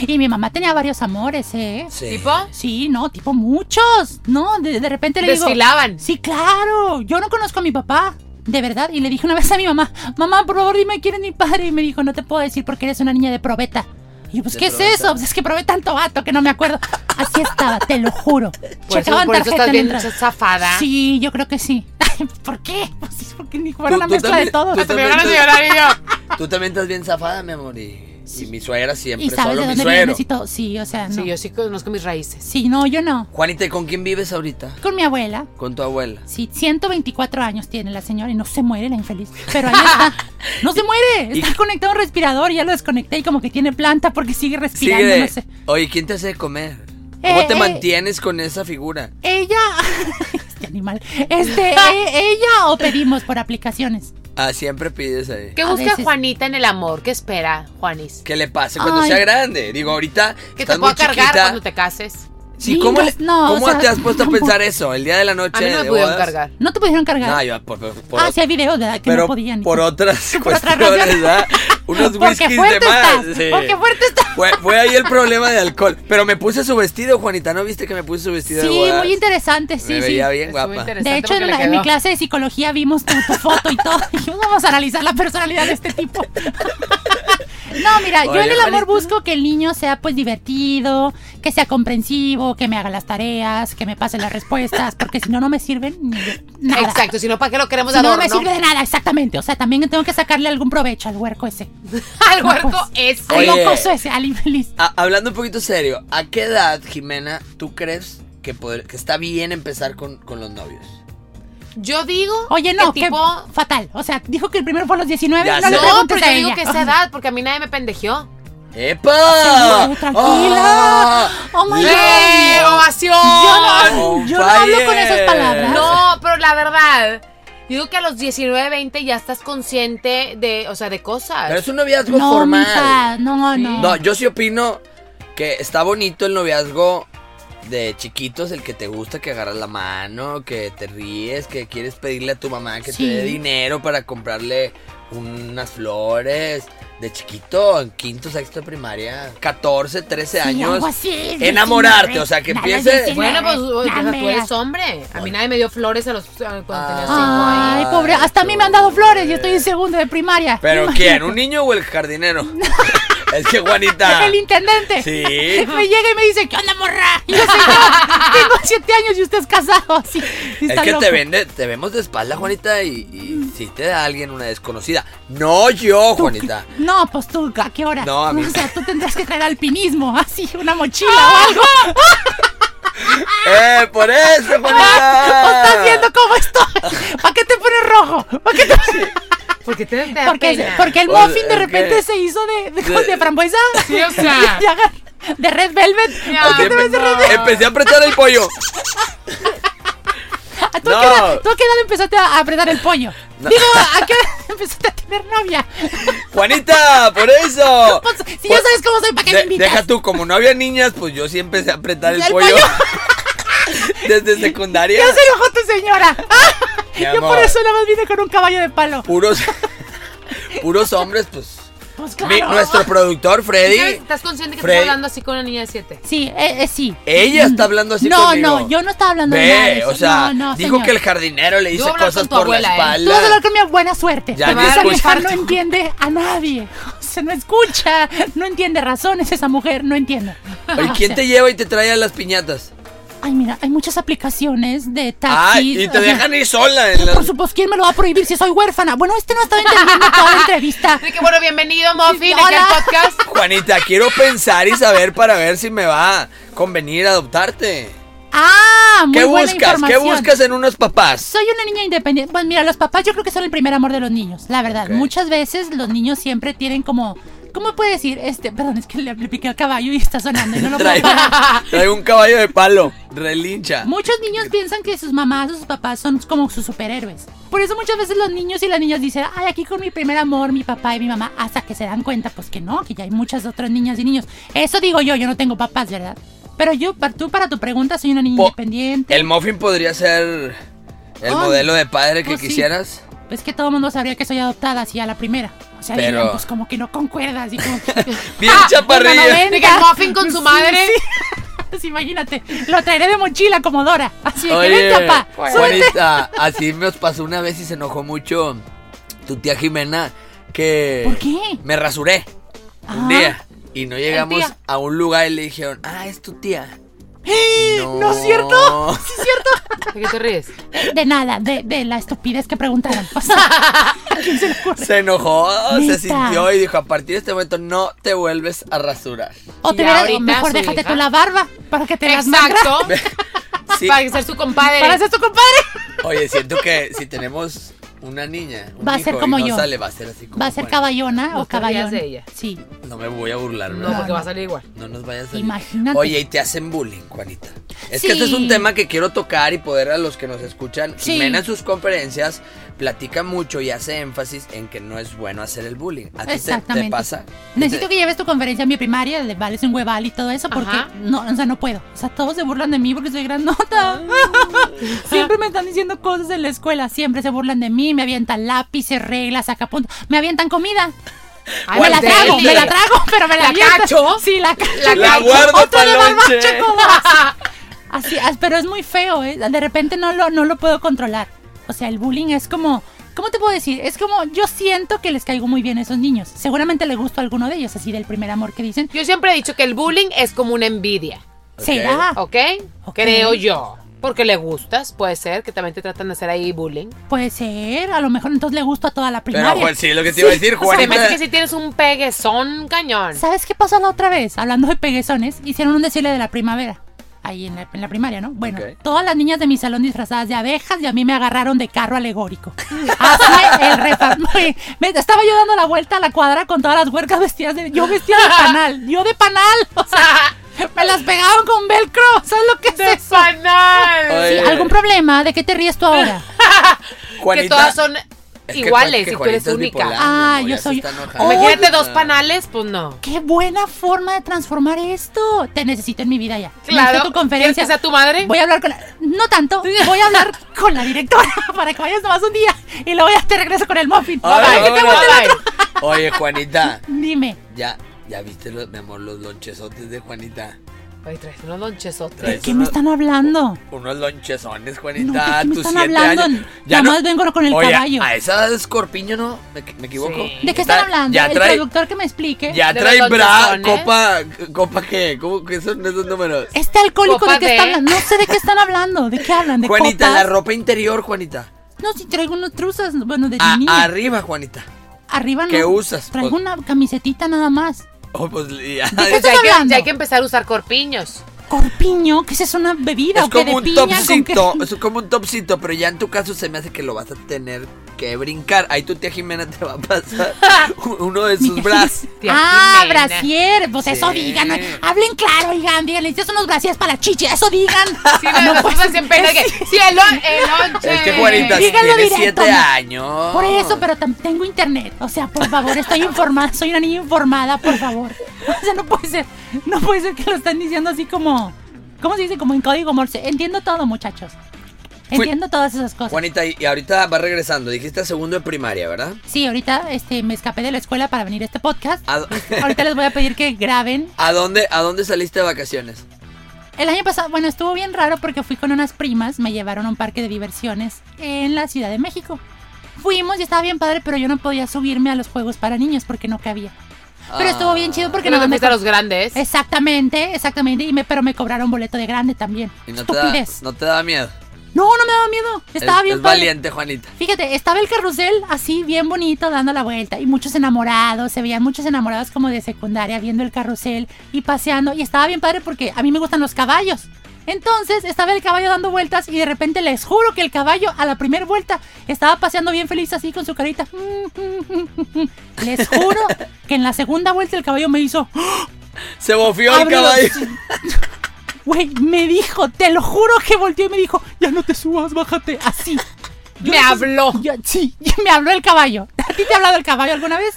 S4: y mi mamá tenía varios amores, ¿eh?
S3: Sí.
S1: ¿Tipo?
S4: Sí, no, tipo muchos. No, de, de repente le digo.
S1: Desfilaban.
S4: Sí, claro. Yo no conozco a mi papá. De verdad. Y le dije una vez a mi mamá, mamá, por favor dime quién es mi padre. Y me dijo, no te puedo decir porque eres una niña de probeta. Y yo, pues,
S3: De
S4: ¿qué es
S3: probeta.
S4: eso? Pues es que probé tanto vato que no me acuerdo. Así estaba, te lo
S3: (laughs)
S4: juro.
S1: Por eso,
S4: Checaban
S1: por eso
S4: tarjeta
S1: estás
S4: en
S1: bien
S4: la entrada.
S1: zafada.
S4: Sí, yo creo que sí. (laughs) ¿Por qué? Pues es porque ni fuera
S3: Tú-
S4: una
S3: tú
S4: mezcla de
S3: también-
S4: todos.
S3: tú
S1: Hasta me van a
S3: también-
S1: llorar y yo.
S3: Tú también estás bien zafada, mi amor. Y, y mi suegra siempre,
S4: Y sabes
S3: solo
S4: de
S3: mi
S4: dónde
S3: suegro.
S4: vienes y todo. Sí, o sea, Ah, no.
S1: Sí, yo sí conozco mis raíces.
S4: Sí, no, yo no.
S3: Juanita, ¿y con quién vives ahorita?
S4: Con mi abuela.
S3: Con tu abuela.
S4: Sí, 124 años tiene la señora y no se muere la infeliz. Pero
S3: (laughs)
S4: ahí está. No se muere.
S3: Y-
S4: Está conectado a un respirador, ya lo desconecté y como que tiene planta porque sigue respirando,
S3: Sigue de-
S4: no sé.
S3: Oye, ¿quién te hace de comer? ¿Cómo
S4: Eh,
S3: te
S4: eh.
S3: mantienes con esa figura?
S4: Ella. (laughs) Este animal.
S3: (laughs)
S4: Este, e- ella o pedimos por aplicaciones.
S3: Ah, siempre pides ahí.
S1: ¿Qué
S4: A
S1: busca
S4: veces-
S1: Juanita en el amor? ¿Qué espera, Juanis?
S3: ¿Qué le pase cuando
S4: Ay.
S3: sea grande? Digo, ahorita
S1: Que
S3: estás
S1: te pueda
S3: muy
S1: cargar
S3: chiquita.
S1: cuando te cases.
S3: Sí, ¿cómo, le-
S4: Digas, no,
S3: ¿cómo
S4: o sea,
S3: te has puesto a
S4: tampoco.
S3: pensar eso? El día de la noche
S1: A mí no
S3: de
S1: me pudieron
S3: bodas.
S1: cargar.
S4: No te pudieron cargar.
S3: No, yo por, por- por-
S4: ah, sí, hay videos, ¿verdad? Que
S3: pero
S4: no podían.
S3: por otras
S4: (laughs) Por otras
S3: cuestiones,
S4: razones.
S3: ¿verdad? Unos
S4: (laughs) Porque
S3: whiskies de
S4: fuerte
S3: más.
S4: estás.
S3: sí.
S4: Porque fuerte estás.
S3: Fue, fue ahí el problema de alcohol. Pero me puse su vestido, Juanita. ¿No viste que me puse su vestido de
S4: Sí,
S3: bodas?
S4: muy interesante, sí,
S3: Me
S4: sí.
S3: veía bien
S1: Estuvo
S3: guapa.
S1: interesante
S4: De hecho,
S1: porque
S4: en,
S1: le
S4: la- en mi
S1: quedó.
S4: clase de psicología vimos tu, tu foto y todo. Dijimos, vamos a analizar la personalidad de este tipo. (laughs) No, mira, yo
S3: Oye,
S4: en el amor
S3: Juanita.
S4: busco que el niño sea pues divertido, que sea comprensivo, que me haga las tareas, que me pase las respuestas, porque si no, no me sirven ni de nada.
S1: Exacto, si no, ¿para qué lo queremos
S4: Si no, no
S1: adorno?
S4: me sirve de nada, exactamente. O sea, también tengo que sacarle algún provecho al huerco ese.
S1: (laughs) Al huerco
S4: No,
S1: es.
S4: Al
S3: Oye.
S4: locoso ese, al infeliz.
S3: A- Ah, hablando un poquito serio, ¿a qué edad, Jimena, tú crees que, poder- que está bien empezar con, con los novios?
S1: Yo digo
S4: Oye, no,
S1: que
S4: que
S1: tipo...
S4: fatal. O sea, dijo que el primero fue a los 19,
S3: Ya
S4: no
S3: sé.
S4: le
S1: No,
S4: preguntes
S1: pero yo
S4: a
S1: digo
S4: ella.
S1: que esa edad, porque a mí nadie me pendejeó.
S3: ¡Epa!
S4: Sí, tranquila.
S3: ¡Ah!
S4: Oh my
S3: ¡Leo!
S1: ¡Eh,
S4: Yo
S1: ¡Ovación!
S4: no,
S3: On
S4: yo no hablo con esas
S3: fire.
S4: palabras.
S1: No, pero la verdad, yo digo que a los 19, 20 ya estás consciente de, o sea, de cosas.
S3: Pero es un noviazgo
S4: No,
S3: formal.
S4: mija, no,
S1: Sí.
S4: no.
S3: No, yo sí opino que está bonito el noviazgo de chiquitos, el que te gusta, que agarras la mano, que te ríes, que quieres pedirle a tu mamá que
S4: Sí.
S3: te dé dinero para comprarle unas flores. De chiquito, en quinto, sexto de primaria, 14, 13
S4: Sí,
S3: años.
S4: algo así,
S3: enamorarte,
S4: 19,
S3: o sea, que
S4: a los
S3: empiece.
S4: 19.
S1: Bueno, pues uy,
S4: Dame
S1: o sea, tú eres
S4: las-
S1: hombre. A mí nadie me dio flores a los, a- cuando tenía cinco
S3: Ah.
S1: años.
S4: Ay, pobre, hasta a mí me han dado flores, yo estoy en segundo de primaria.
S3: ¿Pero
S4: Imagínate.
S3: quién? ¿Un niño o el jardinero?
S4: (laughs)
S3: (laughs) es que Juanita.
S4: El intendente.
S3: Sí.
S4: (laughs) Me llega y me dice, ¿qué onda, morra? Y yo, señor, tengo siete años y usted es casado. Sí, sí
S3: Es
S4: está
S3: que
S4: loco. Mm.
S3: te vende, te vemos de espalda, Juanita, y, y si te da alguien una desconocida. No yo,
S4: Tú-
S3: Juanita.
S4: No, pues tú, ¿a qué hora?
S3: No, a mí- (laughs)
S4: O sea, tú tendrás que traer alpinismo, (laughs) así, una mochila
S3: ¡Ah!
S4: o algo. (laughs)
S3: ¡Eh, por eso,
S4: ¿O
S3: Juanita!
S4: estás viendo cómo
S3: (laughs)
S4: estoy? ¿Para qué te pones rojo? ¿Para qué te
S1: Porque te, te da
S4: Porque,
S1: pena.
S4: porque el
S3: O sea,
S4: muffin de
S3: es
S4: repente
S3: que-
S4: se hizo de, de,
S3: de-
S4: de frambuesa.
S1: Sí, o sea.
S4: (laughs) Y agar- de red velvet.
S1: Ya.
S4: ¿Por qué
S3: Así
S4: te ves de red
S3: empe-
S4: velvet?
S3: Empecé a apretar el pollo.
S4: ¿Tú, a
S3: no.
S4: qué edad, tú a qué edad empezaste a apretar el pollo?
S3: No.
S4: Digo, ¿a qué edad (laughs) empezaste a tener novia?
S3: ¡Juanita, por eso!
S4: (laughs) Pues, si
S3: Pues,
S4: ya sabes cómo soy, ¿para qué me
S3: de-
S4: invitas?
S3: deja tú, como no había niñas, pues yo sí empecé a apretar el,
S4: El
S3: pollo.
S4: pollo.
S3: (laughs) Desde secundaria.
S4: Ya se enojó tu señora.
S3: (laughs)
S4: Ah,
S3: Mi
S4: Yo por
S3: amor.
S4: eso nada más vine con un caballo de palo.
S3: Puros, puros hombres, pues.
S4: Pues claro.
S3: Mi- nuestro productor,
S1: ¿Sí sabes?
S3: Freddy.
S1: ¿Estás consciente que
S3: Freddy.
S1: estás hablando así con una niña de siete?
S4: Sí, eh, eh, sí.
S3: Ella está hablando así
S4: No,
S3: conmigo.
S4: no, yo no estaba hablando de nada de
S3: Ve,
S4: eso.
S3: o sea,
S4: no, no,
S3: dijo
S4: señor.
S3: que el jardinero
S1: Yo
S3: le dice
S1: voy a hablar
S3: cosas
S1: con tu
S3: por la
S1: abuela, ¿eh?
S4: Tú vas a hablar
S3: espalda.
S4: con mi buena suerte.
S3: Ya
S4: Te
S3: no
S4: vas a
S3: escucha.
S4: dejar, no entiende a nadie. O sea, no escucha, no entiende razones esa mujer, no entiende.
S3: ¿Y
S4: O
S3: quién
S4: sea,
S3: te lleva y te trae a las piñatas?
S4: Ay, mira, hay muchas aplicaciones de taxis.
S3: Ay, Ah, y te
S4: o sea,
S3: dejan ir sola en
S4: Por
S3: las...
S4: supuesto, ¿quién me lo va a prohibir si soy huérfana? Bueno, este no estaba entendiendo toda
S3: (laughs)
S4: la entrevista.
S1: Así que bueno, bienvenido, Muffin, aquí
S4: Hola.
S1: al podcast.
S3: Juanita, quiero pensar y saber para ver si me va a convenir adoptarte.
S4: Ah, muy
S3: ¿Qué
S4: buena
S3: buscas? ¿Qué
S4: información.
S3: buscas en unos papás?
S4: Soy una niña independiente. Pues mira, los papás yo creo que son el primer amor de los niños, la verdad.
S3: Ok.
S4: Muchas veces los niños siempre tienen como. ¿Cómo puede decir? Este, perdón, es que le, le piqué al caballo y está sonando y no lo puedo
S3: Trae,
S4: parar.
S3: (laughs) trae un caballo de palo, relincha.
S4: Muchos niños piensan que sus mamás o sus papás son como sus superhéroes. Por eso muchas veces los niños y las niñas dicen, ay, aquí con mi primer amor, mi papá y mi mamá, hasta que se dan cuenta, pues que no, que ya hay muchas otras niñas y niños. Eso digo yo, yo no tengo papás, ¿verdad? Pero yo, pa- tú para tu pregunta, soy una niña
S3: Po-
S4: independiente.
S3: El muffin podría ser el
S4: Ay,
S3: modelo de padre que
S4: pues sí.
S3: quisieras.
S4: Pues que todo el mundo sabría que soy adoptada, así a la primera. O sea,
S3: Pero-
S4: dirían, pues como que no concuerdas. Y como que...
S3: (laughs) Bien
S4: Ah,
S3: chaparrilla.
S4: una noventa.
S1: De que el muffin con su
S4: Sí,
S1: madre.
S4: sí. (laughs) Pues imagínate, lo traeré de mochila como Dora. Así de que
S3: Oye, pues,
S4: vente, papá. súbete".
S3: Juanita, así nos pasó una vez y se enojó mucho tu tía Jimena que
S4: ¿Por qué?
S3: me rasuré
S4: Ah.
S3: un día y no llegamos
S1: tía.
S3: a un lugar y le dijeron, ah, es tu tía.
S4: (laughs) No. es cierto? Sí, es cierto.
S1: ¿De qué te ríes?
S4: De nada, de, de la estupidez que preguntaron. O sea, ¿a quién se le ocurre?
S3: Se enojó,
S4: Neta.
S3: se sintió y dijo, a partir de este momento no te vuelves a rasurar.
S4: O te
S1: Y
S4: hubiera-
S1: ahorita
S4: mejor
S1: su
S4: déjate
S1: hija.
S4: tú la barba para que te las mangas.
S1: Exacto.
S3: (laughs) Sí.
S1: Para ser su compadre.
S4: Para ser tu compadre.
S3: Oye, siento que si tenemos una niña, un
S4: Va a ser
S3: hijo y
S4: como
S3: no
S4: yo.
S3: sale, va a ser así como
S4: Va a ser
S3: Juanita.
S4: caballona
S1: No
S4: o
S1: te rías
S4: caballón.
S1: de ella.
S4: Sí.
S3: No me voy a burlar,
S1: No,
S3: ¿verdad?
S1: porque va a salir igual.
S3: No nos vayas a
S4: Imagínate.
S3: Oye, y te hacen bullying, Juanita. Es
S4: Sí.
S3: que este es un tema que quiero tocar y poder a los que nos escuchan,
S4: Sí.
S3: Jimena en sus conferencias, platica mucho y hace énfasis en que no es bueno hacer el bullying. ¿A ti te- te,
S4: Exactamente.
S3: pasa?
S4: Necesito
S3: Te-
S4: que lleves tu conferencia a mi primaria, de vales un hueval y todo eso, porque
S1: Ajá.
S4: no, o sea, no puedo. O sea, todos se burlan de mí porque soy grandota. siempre me están diciendo cosas en la escuela, siempre se burlan de mí, me avientan lápices, reglas, sacapuntas, me avientan comida.
S1: Ay,
S4: me la
S1: Guardelli.
S4: trago, me la trago, pero me la,
S1: ¿La
S4: avientan.
S1: cacho?
S4: Sí, la cacho.
S1: La
S3: La guardo
S4: Otro de
S3: pa'l
S4: barbacho,
S3: lonche.
S4: ¿cómo Así, as- pero es muy feo, ¿eh? De repente no lo, no lo puedo controlar. O sea, el bullying es como... ¿Cómo te puedo decir? Es como, yo siento que les caigo muy bien a esos niños. Seguramente les gusto a alguno de ellos, así del primer amor que dicen.
S1: (laughs) Yo siempre he dicho que el bullying es como una envidia,
S3: Ok.
S4: ¿Será?
S1: ¿ok?
S4: Ok.
S1: Creo yo. Porque le gustas, puede ser, que también te tratan de hacer ahí bullying.
S4: Puede ser, a lo mejor entonces le gusto a toda la
S3: Pero
S4: primaria.
S3: pues, sí, lo que te iba a decir,
S1: O sea, me parece
S3: Juanita.
S1: que si tienes un peguezón cañón.
S4: ¿Sabes qué pasó la otra vez? Hablando de peguezones, hicieron un desfile de la primavera. Ahí en la, en la primaria, ¿no? Bueno,
S3: Ok.
S4: todas las niñas de mi salón disfrazadas de abejas y a mí me agarraron de carro alegórico. Así el refa- (laughs) me- me estaba yo dando la vuelta a la cuadra con todas las huercas vestidas de. Yo vestida de
S1: (laughs)
S4: panal. Yo de panal. O sea, me las pegaron con velcro. ¿Sabes lo que
S1: (laughs)
S4: es
S1: ¡De
S4: eso?
S1: panal!
S3: Oye,
S4: Sí, ¿Algún problema? ¿de qué te ríes
S1: (laughs)
S4: tú ahora?
S1: que todas son
S3: es que Juan-
S1: iguales
S3: que
S1: y tú
S3: Juanita
S1: eres
S3: es
S1: única.
S3: bipolar, mi
S4: Ah,
S3: amor,
S4: yo
S3: ya se
S4: soy-
S3: está enojando.
S4: Oye.
S1: Imagínate
S3: ah.
S1: dos panales, pues no.
S4: ¡Qué buena forma de transformar esto! Te necesito en mi vida ya.
S1: Claro.
S4: Necesito tu conferencia.
S1: ¿Quieres que sea tu
S3: ¿Eh?
S1: madre?
S4: Voy a hablar con la... No tanto. Voy a hablar
S3: (laughs)
S4: con la directora (laughs) para que vayas nomás un día y luego ya te regreso con el muffin.
S3: Ay,
S4: Bye, bye.
S3: vámonos.
S4: Que te guste la-
S3: Oye,
S4: (laughs)
S3: Juanita,
S4: Dime.
S3: ya, ya viste, los, mi amor, los lonchesotes de Juanita.
S1: Ay, traes unos lonchesotes.
S4: ¿De
S3: Traes
S4: qué
S3: uno-
S4: me están hablando?
S3: Unos lonchesones,
S4: No, ¿de
S3: Juanita.
S4: qué me
S3: tus
S4: están
S3: siete
S4: hablando?
S3: años.
S4: Nada más vengo con el
S3: Oye,
S4: caballo.
S3: A esa edad es corpiño, ¿no? ¿Me, me equivoco?
S1: Sí.
S4: ¿De qué están
S3: Ya-
S4: hablando?
S3: Ya
S4: el
S3: trae,
S4: productor que me explique.
S3: ya
S1: De
S3: trae
S1: los
S3: bra,
S1: lonchesones.
S3: copa, copa qué? ¿Cómo que son esos números?
S4: Este alcohólico,
S1: Copa
S4: ¿de qué
S1: de-
S4: está hablando? No sé de qué están hablando. ¿De qué hablan? ¿De
S3: Juanita,
S4: copas?
S3: la ropa interior, Juanita.
S4: No, si traigo unos truzas, bueno, de
S3: A-
S4: niña.
S3: arriba, Juanita.
S4: Arriba no.
S3: Ah, ¿qué usas?
S4: Traigo
S3: Pues-
S4: una camisetita nada más.
S3: Oh, pues (laughs) ya.
S4: qué
S1: Pues
S4: estás
S1: ya, hay que,
S4: hablando?
S1: ya hay que empezar a usar
S4: (laughs)
S1: corpiños.
S4: Corpiño, ¿qué es eso? ¿Una bebida
S3: Es
S4: o qué? ¿De
S3: como un
S4: piña? ¿Con qué?
S3: topcito, es como un topcito, pero ya en tu caso se me hace que lo vas a tener que brincar. Ahí tu tía Jimena te va a
S4: (laughs)
S3: pasar u- uno de sus bras.
S1: (laughs) Tía
S4: ah,
S1: Jimena.
S4: brasier. Pues eso digan. Hablen claro, oigan. Digan, necesitas unos brasieres para la chichi. Eso digan.
S1: (laughs) Sí, no,
S4: pues,
S1: nosotras siempre de que. Sí, el, lon- el lonche.
S3: Es que Juanita
S4: Dígalo
S3: tiene
S4: directo,
S3: siete
S4: ¿no?
S3: años.
S4: Por eso, pero tam- tengo internet. O sea, por favor, estoy informada. Soy una niña informada, por favor. (laughs) O sea, no puede ser. No puede ser que lo están diciendo así como. ¿Cómo se dice? Como en código morse. Entiendo todo, muchachos. Entiendo todas esas cosas.
S3: Juanita, y y ahorita va regresando. Dijiste a segundo de primaria, ¿verdad?
S4: Sí, ahorita este, me escapé de la escuela para venir a este podcast.
S3: ¿A, (laughs) do-
S4: Ahorita les voy a pedir que graben
S3: ¿A dónde, ¿A dónde saliste de vacaciones?
S4: El año pasado, bueno, estuvo bien raro porque fui con unas primas, me llevaron a un parque de diversiones en la Ciudad de México. Fuimos y estaba bien padre, pero yo no podía subirme a los juegos para niños porque no cabía. Pero estuvo
S3: Ah,
S4: bien chido porque
S1: Que
S4: no
S1: no
S4: me
S1: te fuiste a los grandes.
S4: Exactamente, exactamente, y me, pero me cobraron boleto de grande también.
S3: Y no te, da,
S4: Estupidez.
S3: no te da miedo.
S4: No, no me daba miedo. Estaba
S3: es,
S4: bien
S3: es
S4: padre.
S3: valiente, Juanita.
S4: Fíjate, estaba el carrusel así bien bonito dando la vuelta y muchos enamorados, se veían muchos enamorados como de secundaria viendo el carrusel y paseando y estaba bien padre porque a mí me gustan los caballos. Entonces estaba el caballo dando vueltas y de repente les juro que el caballo a la primera vuelta estaba paseando bien feliz así con su carita. (laughs) Les juro que en la segunda vuelta el caballo me hizo...
S3: Se bofió el
S4: "Abre los-
S3: caballo.
S4: Güey, me dijo, te lo juro que volteó y me dijo, ya no te subas, bájate, así. Yo
S1: Me
S4: no sé-
S1: habló.
S4: yo- sí, me habló el caballo. ¿A ti te ha hablado el caballo alguna vez?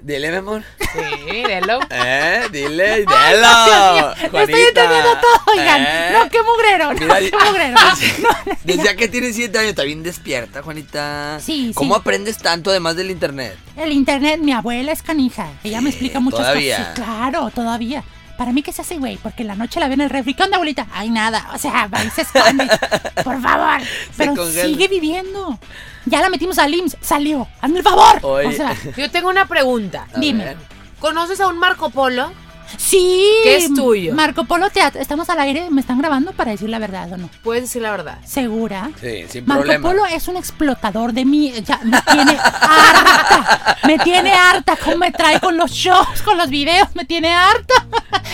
S3: Dile, mi amor.
S1: Sí, delo.
S3: Eh, dile,
S4: (laughs)
S3: dilo.
S4: Dios mío,
S3: Juanita.
S4: (laughs) Estoy entendiendo todo, oigan.
S3: Eh.
S4: No, qué mugrero, no,
S3: Mira,
S4: qué
S3: di- (laughs)
S4: mugrero.
S3: Desde ya que tienes 7 años, está bien despierta, Juanita.
S4: Sí, sí.
S3: ¿Cómo aprendes tanto además del internet?
S4: El internet, mi abuela es canija. Ella me explica muchas
S3: todavía.
S4: cosas. Sí, claro, todavía. Para mí que se hace, güey, porque en la noche la ven en el refri. ¿Qué onda, abuelita? Ay, nada. O sea, va y
S3: (laughs)
S4: se esconde. Por favor. Pero
S3: congela.
S4: sigue viviendo. Ya la metimos al IMSS. Salió. Hazme el favor.
S3: Oye. (laughs)
S4: O sea,
S1: Yo tengo una pregunta.
S3: A
S4: Dime.
S3: ver.
S1: ¿Conoces a un Marco Polo?
S4: sí.
S1: ¿Qué es tuyo?
S4: Marco Polo Teatro. Estamos al aire. ¿Me están grabando para decir la verdad o no?
S1: Puedes decir la verdad.
S4: ¿Segura?
S3: Sí, sin
S4: Marco
S3: problema.
S4: Polo es un explotador de mí. Ya me tiene harta. Me tiene harta. ¿Cómo me trae con los shows, con los videos? Me tiene harta.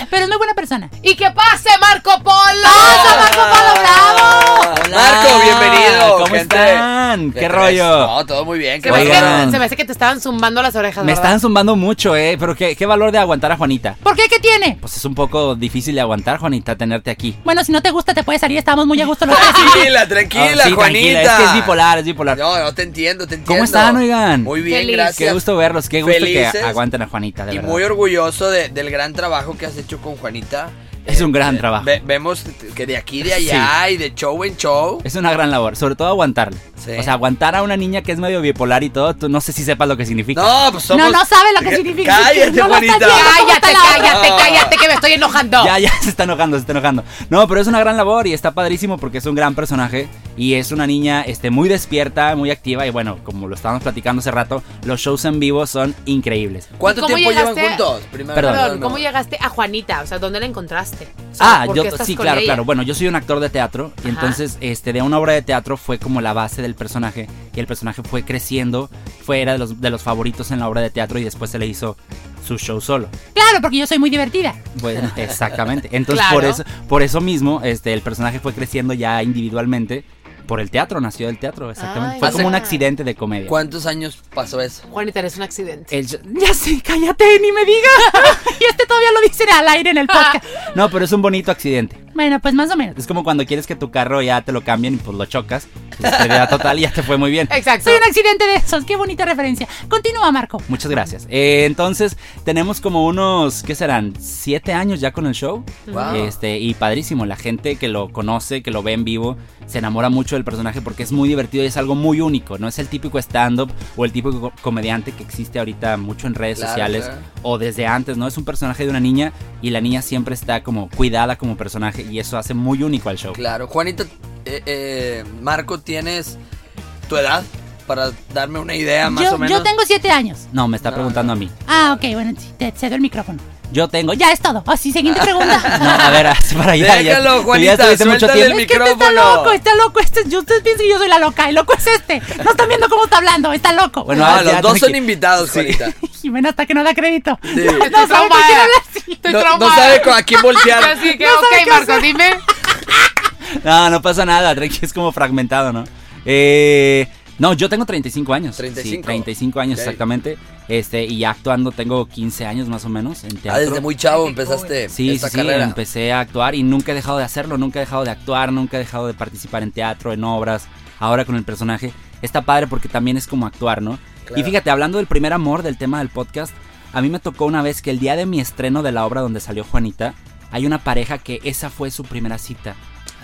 S4: Pero es muy buena persona.
S1: ¡Y que pase Marco Polo! Ah,
S4: Marco Polo, bravo!
S3: Ah, Hola. Marco, bienvenido.
S5: ¿Cómo
S3: gente.
S5: están? ¿Qué
S3: ves?
S5: rollo?
S3: No, todo muy bien.
S1: Se
S3: ¿Qué
S1: me, hace
S3: bárbaro.
S5: Oigan.
S1: que, se me hace que te estaban zumbando las orejas.
S5: Me
S1: ¿verdad?
S5: están zumbando mucho, eh, pero qué, qué valor de aguantar a Juanita.
S4: ¿Por qué hombre que tiene.
S5: Pues es un poco difícil de aguantar, Juanita, tenerte aquí.
S4: Bueno, si no te gusta, te puedes salir. Estábamos muy a gusto los tres.
S3: Tranquila, tranquila,
S5: Ah, sí,
S3: Juanita.
S5: Ah, tranquila, Es que es bipolar, es bipolar.
S3: No, no te entiendo, te entiendo.
S5: ¿Cómo están, oigan?
S3: Muy bien,
S1: Feliz.
S3: gracias.
S5: Qué gusto verlos, qué gusto que
S3: Felices.
S5: aguanten a Juanita, de
S3: Y
S5: verdad.
S3: muy orgulloso de- del gran trabajo que has hecho con Juanita. Eh,
S5: Es un gran trabajo.
S3: ve- vemos que de aquí, de allá y de show en show.
S5: Es una gran labor, sobre todo aguantarle.
S3: Sí.
S5: O sea, aguantar a una niña que es medio bipolar y todo, tú no sé si sepas lo que significa.
S3: No, pues somos.
S4: No, no sabe
S3: (laughs)
S4: lo que significa.
S3: Cállate,
S4: No lo estás
S3: Juanita.
S4: viendo.
S1: Cállate,
S4: ¿Cómo está la
S1: cállate,
S3: otra?
S1: cállate, que me estoy enojando.
S5: Ya, (laughs) ya, se está enojando, se está enojando. No, pero es una gran labor y está padrísimo porque es un gran personaje y es una niña este, muy despierta, muy activa y bueno, como lo estábamos platicando hace rato, los shows en vivo son increíbles.
S3: ¿Cuánto
S1: ¿Y cómo
S3: tiempo llevan
S1: llegaste a-
S3: juntos? Primero,
S5: Perdón.
S1: Perdón,
S3: no.
S1: ¿cómo llegaste a Juanita? O sea, ¿dónde la encontraste? O sea,
S5: Ah,
S1: ¿por
S5: yo
S1: qué estás
S5: sí,
S1: con
S5: claro,
S1: ella?
S5: claro. Bueno, yo soy un actor de teatro y
S1: Ajá.
S5: entonces este de una obra de teatro fue como la base del personaje y el personaje fue creciendo, fue era de los de los favoritos en la obra de teatro y después se le hizo su show solo.
S4: Claro, porque yo soy muy divertida. (laughs)
S1: (laughs)
S5: Bueno, exactamente. Entonces
S1: Claro.
S5: por eso por eso mismo este el personaje fue creciendo ya individualmente por el teatro, nació del teatro, exactamente.
S1: Ay,
S5: fue
S3: ya.
S5: como un accidente de comedia.
S3: ¿Cuántos años pasó eso?
S1: Juanita, eres un accidente.
S5: El sh-
S4: Ya sé, cállate, ni me digas. y este todavía lo dicen al aire en
S1: Ah.
S4: el podcast.
S5: no, pero es un bonito accidente.
S4: Bueno, pues más o menos.
S5: Es como cuando quieres que tu carro ya te lo cambien y pues lo chocas. Es pérdida total y ya te fue muy bien.
S1: Exacto.
S4: Soy un accidente de esos. Qué bonita referencia. Continúa, Marco.
S5: Muchas gracias. Eh, entonces, tenemos como unos, ¿qué serán? Siete años ya con el show.
S3: Wow.
S5: Este, y padrísimo, la gente que lo conoce, que lo ve en vivo, se enamora mucho del personaje porque es muy divertido y es algo muy único. No es el típico stand-up o el típico co- comediante que existe ahorita mucho en redes
S3: Claro,
S5: sociales
S3: claro.
S5: o desde antes, ¿no? Es un personaje de una niña y la niña siempre está como cuidada como personaje y eso hace muy único al show.
S3: Claro. Juanita, eh, eh, Marco, ¿tienes tu edad? Para darme una idea más
S4: Yo,
S3: o menos.
S4: yo tengo siete años.
S5: No, me está
S3: No,
S5: preguntando a mí.
S4: Ah, ok, bueno, sí, te cedo el micrófono.
S5: Yo tengo.
S4: Ya es todo. Así, siguiente pregunta.
S5: (laughs)
S4: (laughs)
S5: No, a ver, (laughs) para allá.
S3: Déjalo, Juanita, suéltale el
S4: Es que este está
S3: micrófono.
S4: loco, está loco. Este, yo- ustedes piensan que yo soy la loca. El loco es este. No están viendo cómo está hablando. Está loco.
S5: Bueno,
S3: Ah,
S5: ah,
S3: los
S5: ya,
S3: dos
S5: entonces
S3: son
S5: que-
S3: invitados,
S5: (laughs)
S3: Juanita.
S4: Jimena hasta que no da crédito.
S3: Sí.
S4: No,
S1: Estoy
S4: sabe con
S1: traumada.
S4: quién habla así.
S1: Estoy
S3: No- no
S1: traumada.
S3: sabe con- a quién voltear.
S1: Así que,
S4: No sabe
S1: ok,
S4: qué
S1: Marco,
S4: hacer.
S1: dime.
S5: No, no pasa nada, tranqui, es como fragmentado, ¿no? Eh, no, yo tengo 35 años.
S3: 35.
S5: Sí, 35 años
S3: Ok.
S5: exactamente. Este, y ya actuando tengo 15 años más o menos en teatro.
S3: Ah, desde muy chavo empezaste
S5: Sí,
S3: esta
S5: sí, sí,
S3: carrera.
S5: empecé a actuar y nunca he dejado de hacerlo, nunca he dejado de actuar, nunca he dejado de participar en teatro, en obras, ahora con el personaje. Está padre porque también es como actuar, ¿no?
S3: Claro.
S5: Y fíjate, hablando del primer amor del tema del podcast, a mí me tocó una vez que el día de mi estreno de la obra donde salió Juanita, hay una pareja que esa fue su primera cita.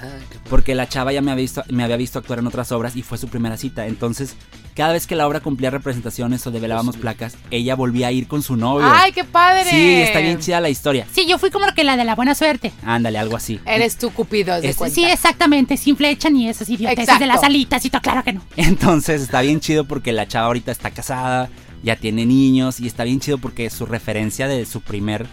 S3: Ah, qué padre.
S5: Porque la chava ya me había, visto, me había visto actuar en otras obras y fue su primera cita. Entonces, cada vez que la obra cumplía representaciones o develábamos placas, ella volvía a ir con su novio.
S1: Ay, qué padre.
S5: sí, está bien chida la historia.
S4: Sí, yo fui como que la de la buena suerte.
S5: Ándale, algo así.
S1: Eres tú, Cupido, haz de
S5: Es-
S1: cuenta.
S4: Sí, exactamente, sin flecha ni esas idioteces
S1: Exacto.
S4: de las alitas y todo, claro que no.
S5: (laughs) Entonces, está bien chido porque la chava ahorita está casada, ya tiene niños y está bien chido porque su referencia de su primer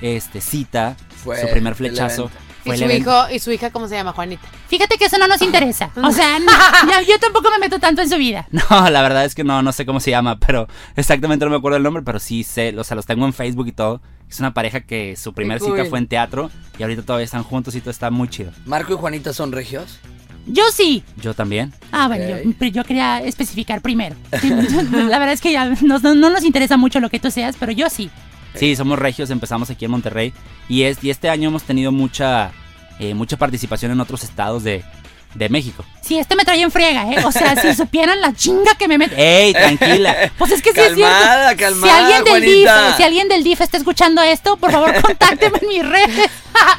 S5: este, cita,
S3: Fue
S5: su primer
S3: el
S5: flechazo,
S3: evento.
S5: fue
S1: y
S5: el
S1: su
S5: evento.
S1: hijo, y su hija, ¿cómo se llama? Juanita.
S4: Fíjate que eso no nos interesa. O sea, no, no, yo tampoco me meto tanto en su vida.
S5: (laughs) No, la verdad es que no, no sé cómo se llama, pero exactamente no me acuerdo el nombre, pero sí sé, o sea, los tengo en Facebook y todo. Es una pareja que su primera
S1: Qué
S5: cita
S1: cool.
S5: fue en teatro y ahorita todavía están juntos y todo está muy chido.
S3: Marco y Juanita son regios.
S4: Yo sí.
S5: Yo también.
S4: Ah, bueno,
S3: Ok.
S4: yo, pero yo quería especificar primero. (laughs) La verdad es que ya nos- no, no nos interesa mucho lo que tú seas, pero yo sí.
S5: Sí, somos regios, empezamos aquí en Monterrey y, es, y este año hemos tenido mucha, eh, mucha participación en otros estados de, de México.
S4: Sí, este me trae en friega, ¿eh? O sea,
S3: (laughs)
S4: si supieran la chinga que me mete.
S5: ¡Ey, tranquila!
S4: Pues es que sí
S3: Calmada,
S4: es cierto.
S3: calmada,
S4: si alguien del DIF,
S3: Juanita.
S4: si alguien del DIF está escuchando esto,
S3: (laughs)
S4: por favor, contácteme en mis redes. (laughs)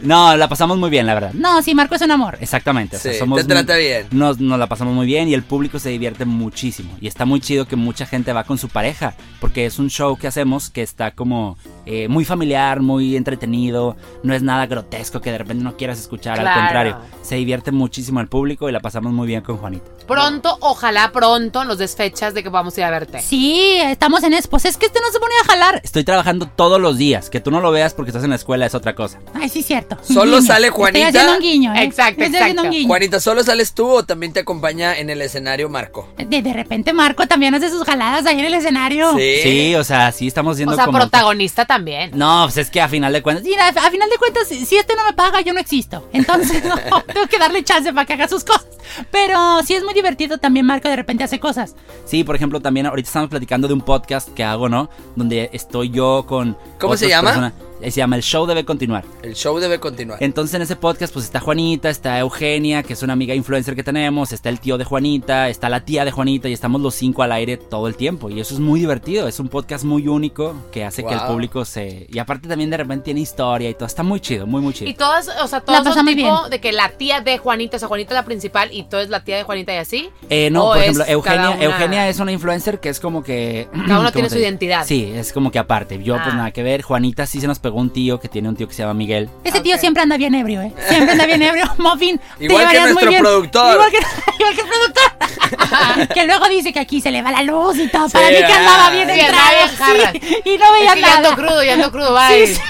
S5: No, la pasamos muy bien, la verdad.
S4: No, sí, Marco es un amor.
S5: Exactamente. o sea,
S3: Sí,
S5: somos
S3: te trata
S5: muy-
S3: bien.
S5: Nos, nos la pasamos muy bien y el público se divierte muchísimo. Y está muy chido que mucha gente va con su pareja, porque es un show que hacemos que está como eh, muy familiar, muy entretenido, no es nada grotesco que de repente no quieras escuchar,
S1: Claro.
S5: al contrario, se divierte muchísimo el público y la pasamos muy bien con Juanita.
S1: Pronto, ojalá pronto nos des fechas de que vamos a ir a verte.
S4: Sí, estamos en eso. Pues es que este no se pone a jalar.
S5: Estoy trabajando todos los días, que tú no lo veas porque estás en la escuela es otra cosa.
S4: Ay, sí, cierto.
S3: Solo sale Juanita.
S4: Estoy haciendo un guiño. ¿eh?
S1: Exacto,
S4: Estoy haciendo un
S1: exacto.
S4: guiño.
S3: Juanita, ¿solo sales tú o también te acompaña en el escenario Marco?
S4: De, de repente Marco también hace sus jaladas ahí en el escenario.
S3: Sí.
S5: Sí, o sea, sí estamos
S1: O
S5: siendo
S1: sea,
S5: como...
S1: protagonista también.
S5: No, pues es que a final de cuentas...
S4: Mira, a final de cuentas, si si este no me paga, yo no existo. Entonces, (laughs) no, tengo que darle chance para que haga sus cosas. Pero sí es muy divertido también, Marco, de repente hace cosas.
S5: Sí, por ejemplo, también ahorita estamos platicando de un podcast que hago, ¿no? Donde estoy yo con.
S3: ¿Cómo se
S5: otras
S3: llama? Ah.
S5: personas. eh, se llama El Show Debe Continuar.
S3: El show debe continuar.
S5: Entonces en ese podcast pues está Juanita, está Eugenia, que es una amiga influencer que tenemos, está el tío de Juanita, está la tía de Juanita y estamos los cinco al aire todo el tiempo. Y eso es muy divertido, es un podcast muy único que hace que el
S3: Wow.
S5: público se... Y aparte también de repente tiene historia y todo, está muy chido, muy muy chido.
S1: Y todas, o sea, todas son
S4: pasamos
S1: tipo
S4: bien.
S1: de que la tía de Juanita, o sea, Juanita es la principal y tú es la tía de Juanita y así.
S5: Eh, no,
S1: ¿O
S5: por
S1: es
S5: ejemplo, Eugenia,
S1: cada una-
S5: Eugenia es una influencer que es como que... (clears throat)
S1: Cada uno
S5: ¿cómo
S1: tiene
S5: te
S1: su
S5: digo?
S1: identidad.
S5: Sí, es como que aparte. Yo pues
S1: Ah.
S5: nada que ver. Juanita sí se nos pegó un tío que tiene un tío que se llama Miguel.
S4: Ese tío
S1: Ok.
S4: siempre anda bien ebrio, ¿eh? Siempre anda bien ebrio. (laughs) Muffin, te
S3: Igual que
S4: llevarías muy
S3: nuestro
S4: bien.
S3: productor.
S4: Igual que, (laughs) igual que el productor. (laughs) que luego dice que aquí se le va la luz y todo. Para
S3: Sí,
S4: mí que andaba
S3: ah,
S4: bien
S1: sí,
S4: entrado.
S1: andaba bien
S4: sí, (laughs) y no
S1: Es
S4: veía
S1: que ya ando
S4: nada.
S1: crudo, ya ando crudo, bye.
S4: Sí, sí.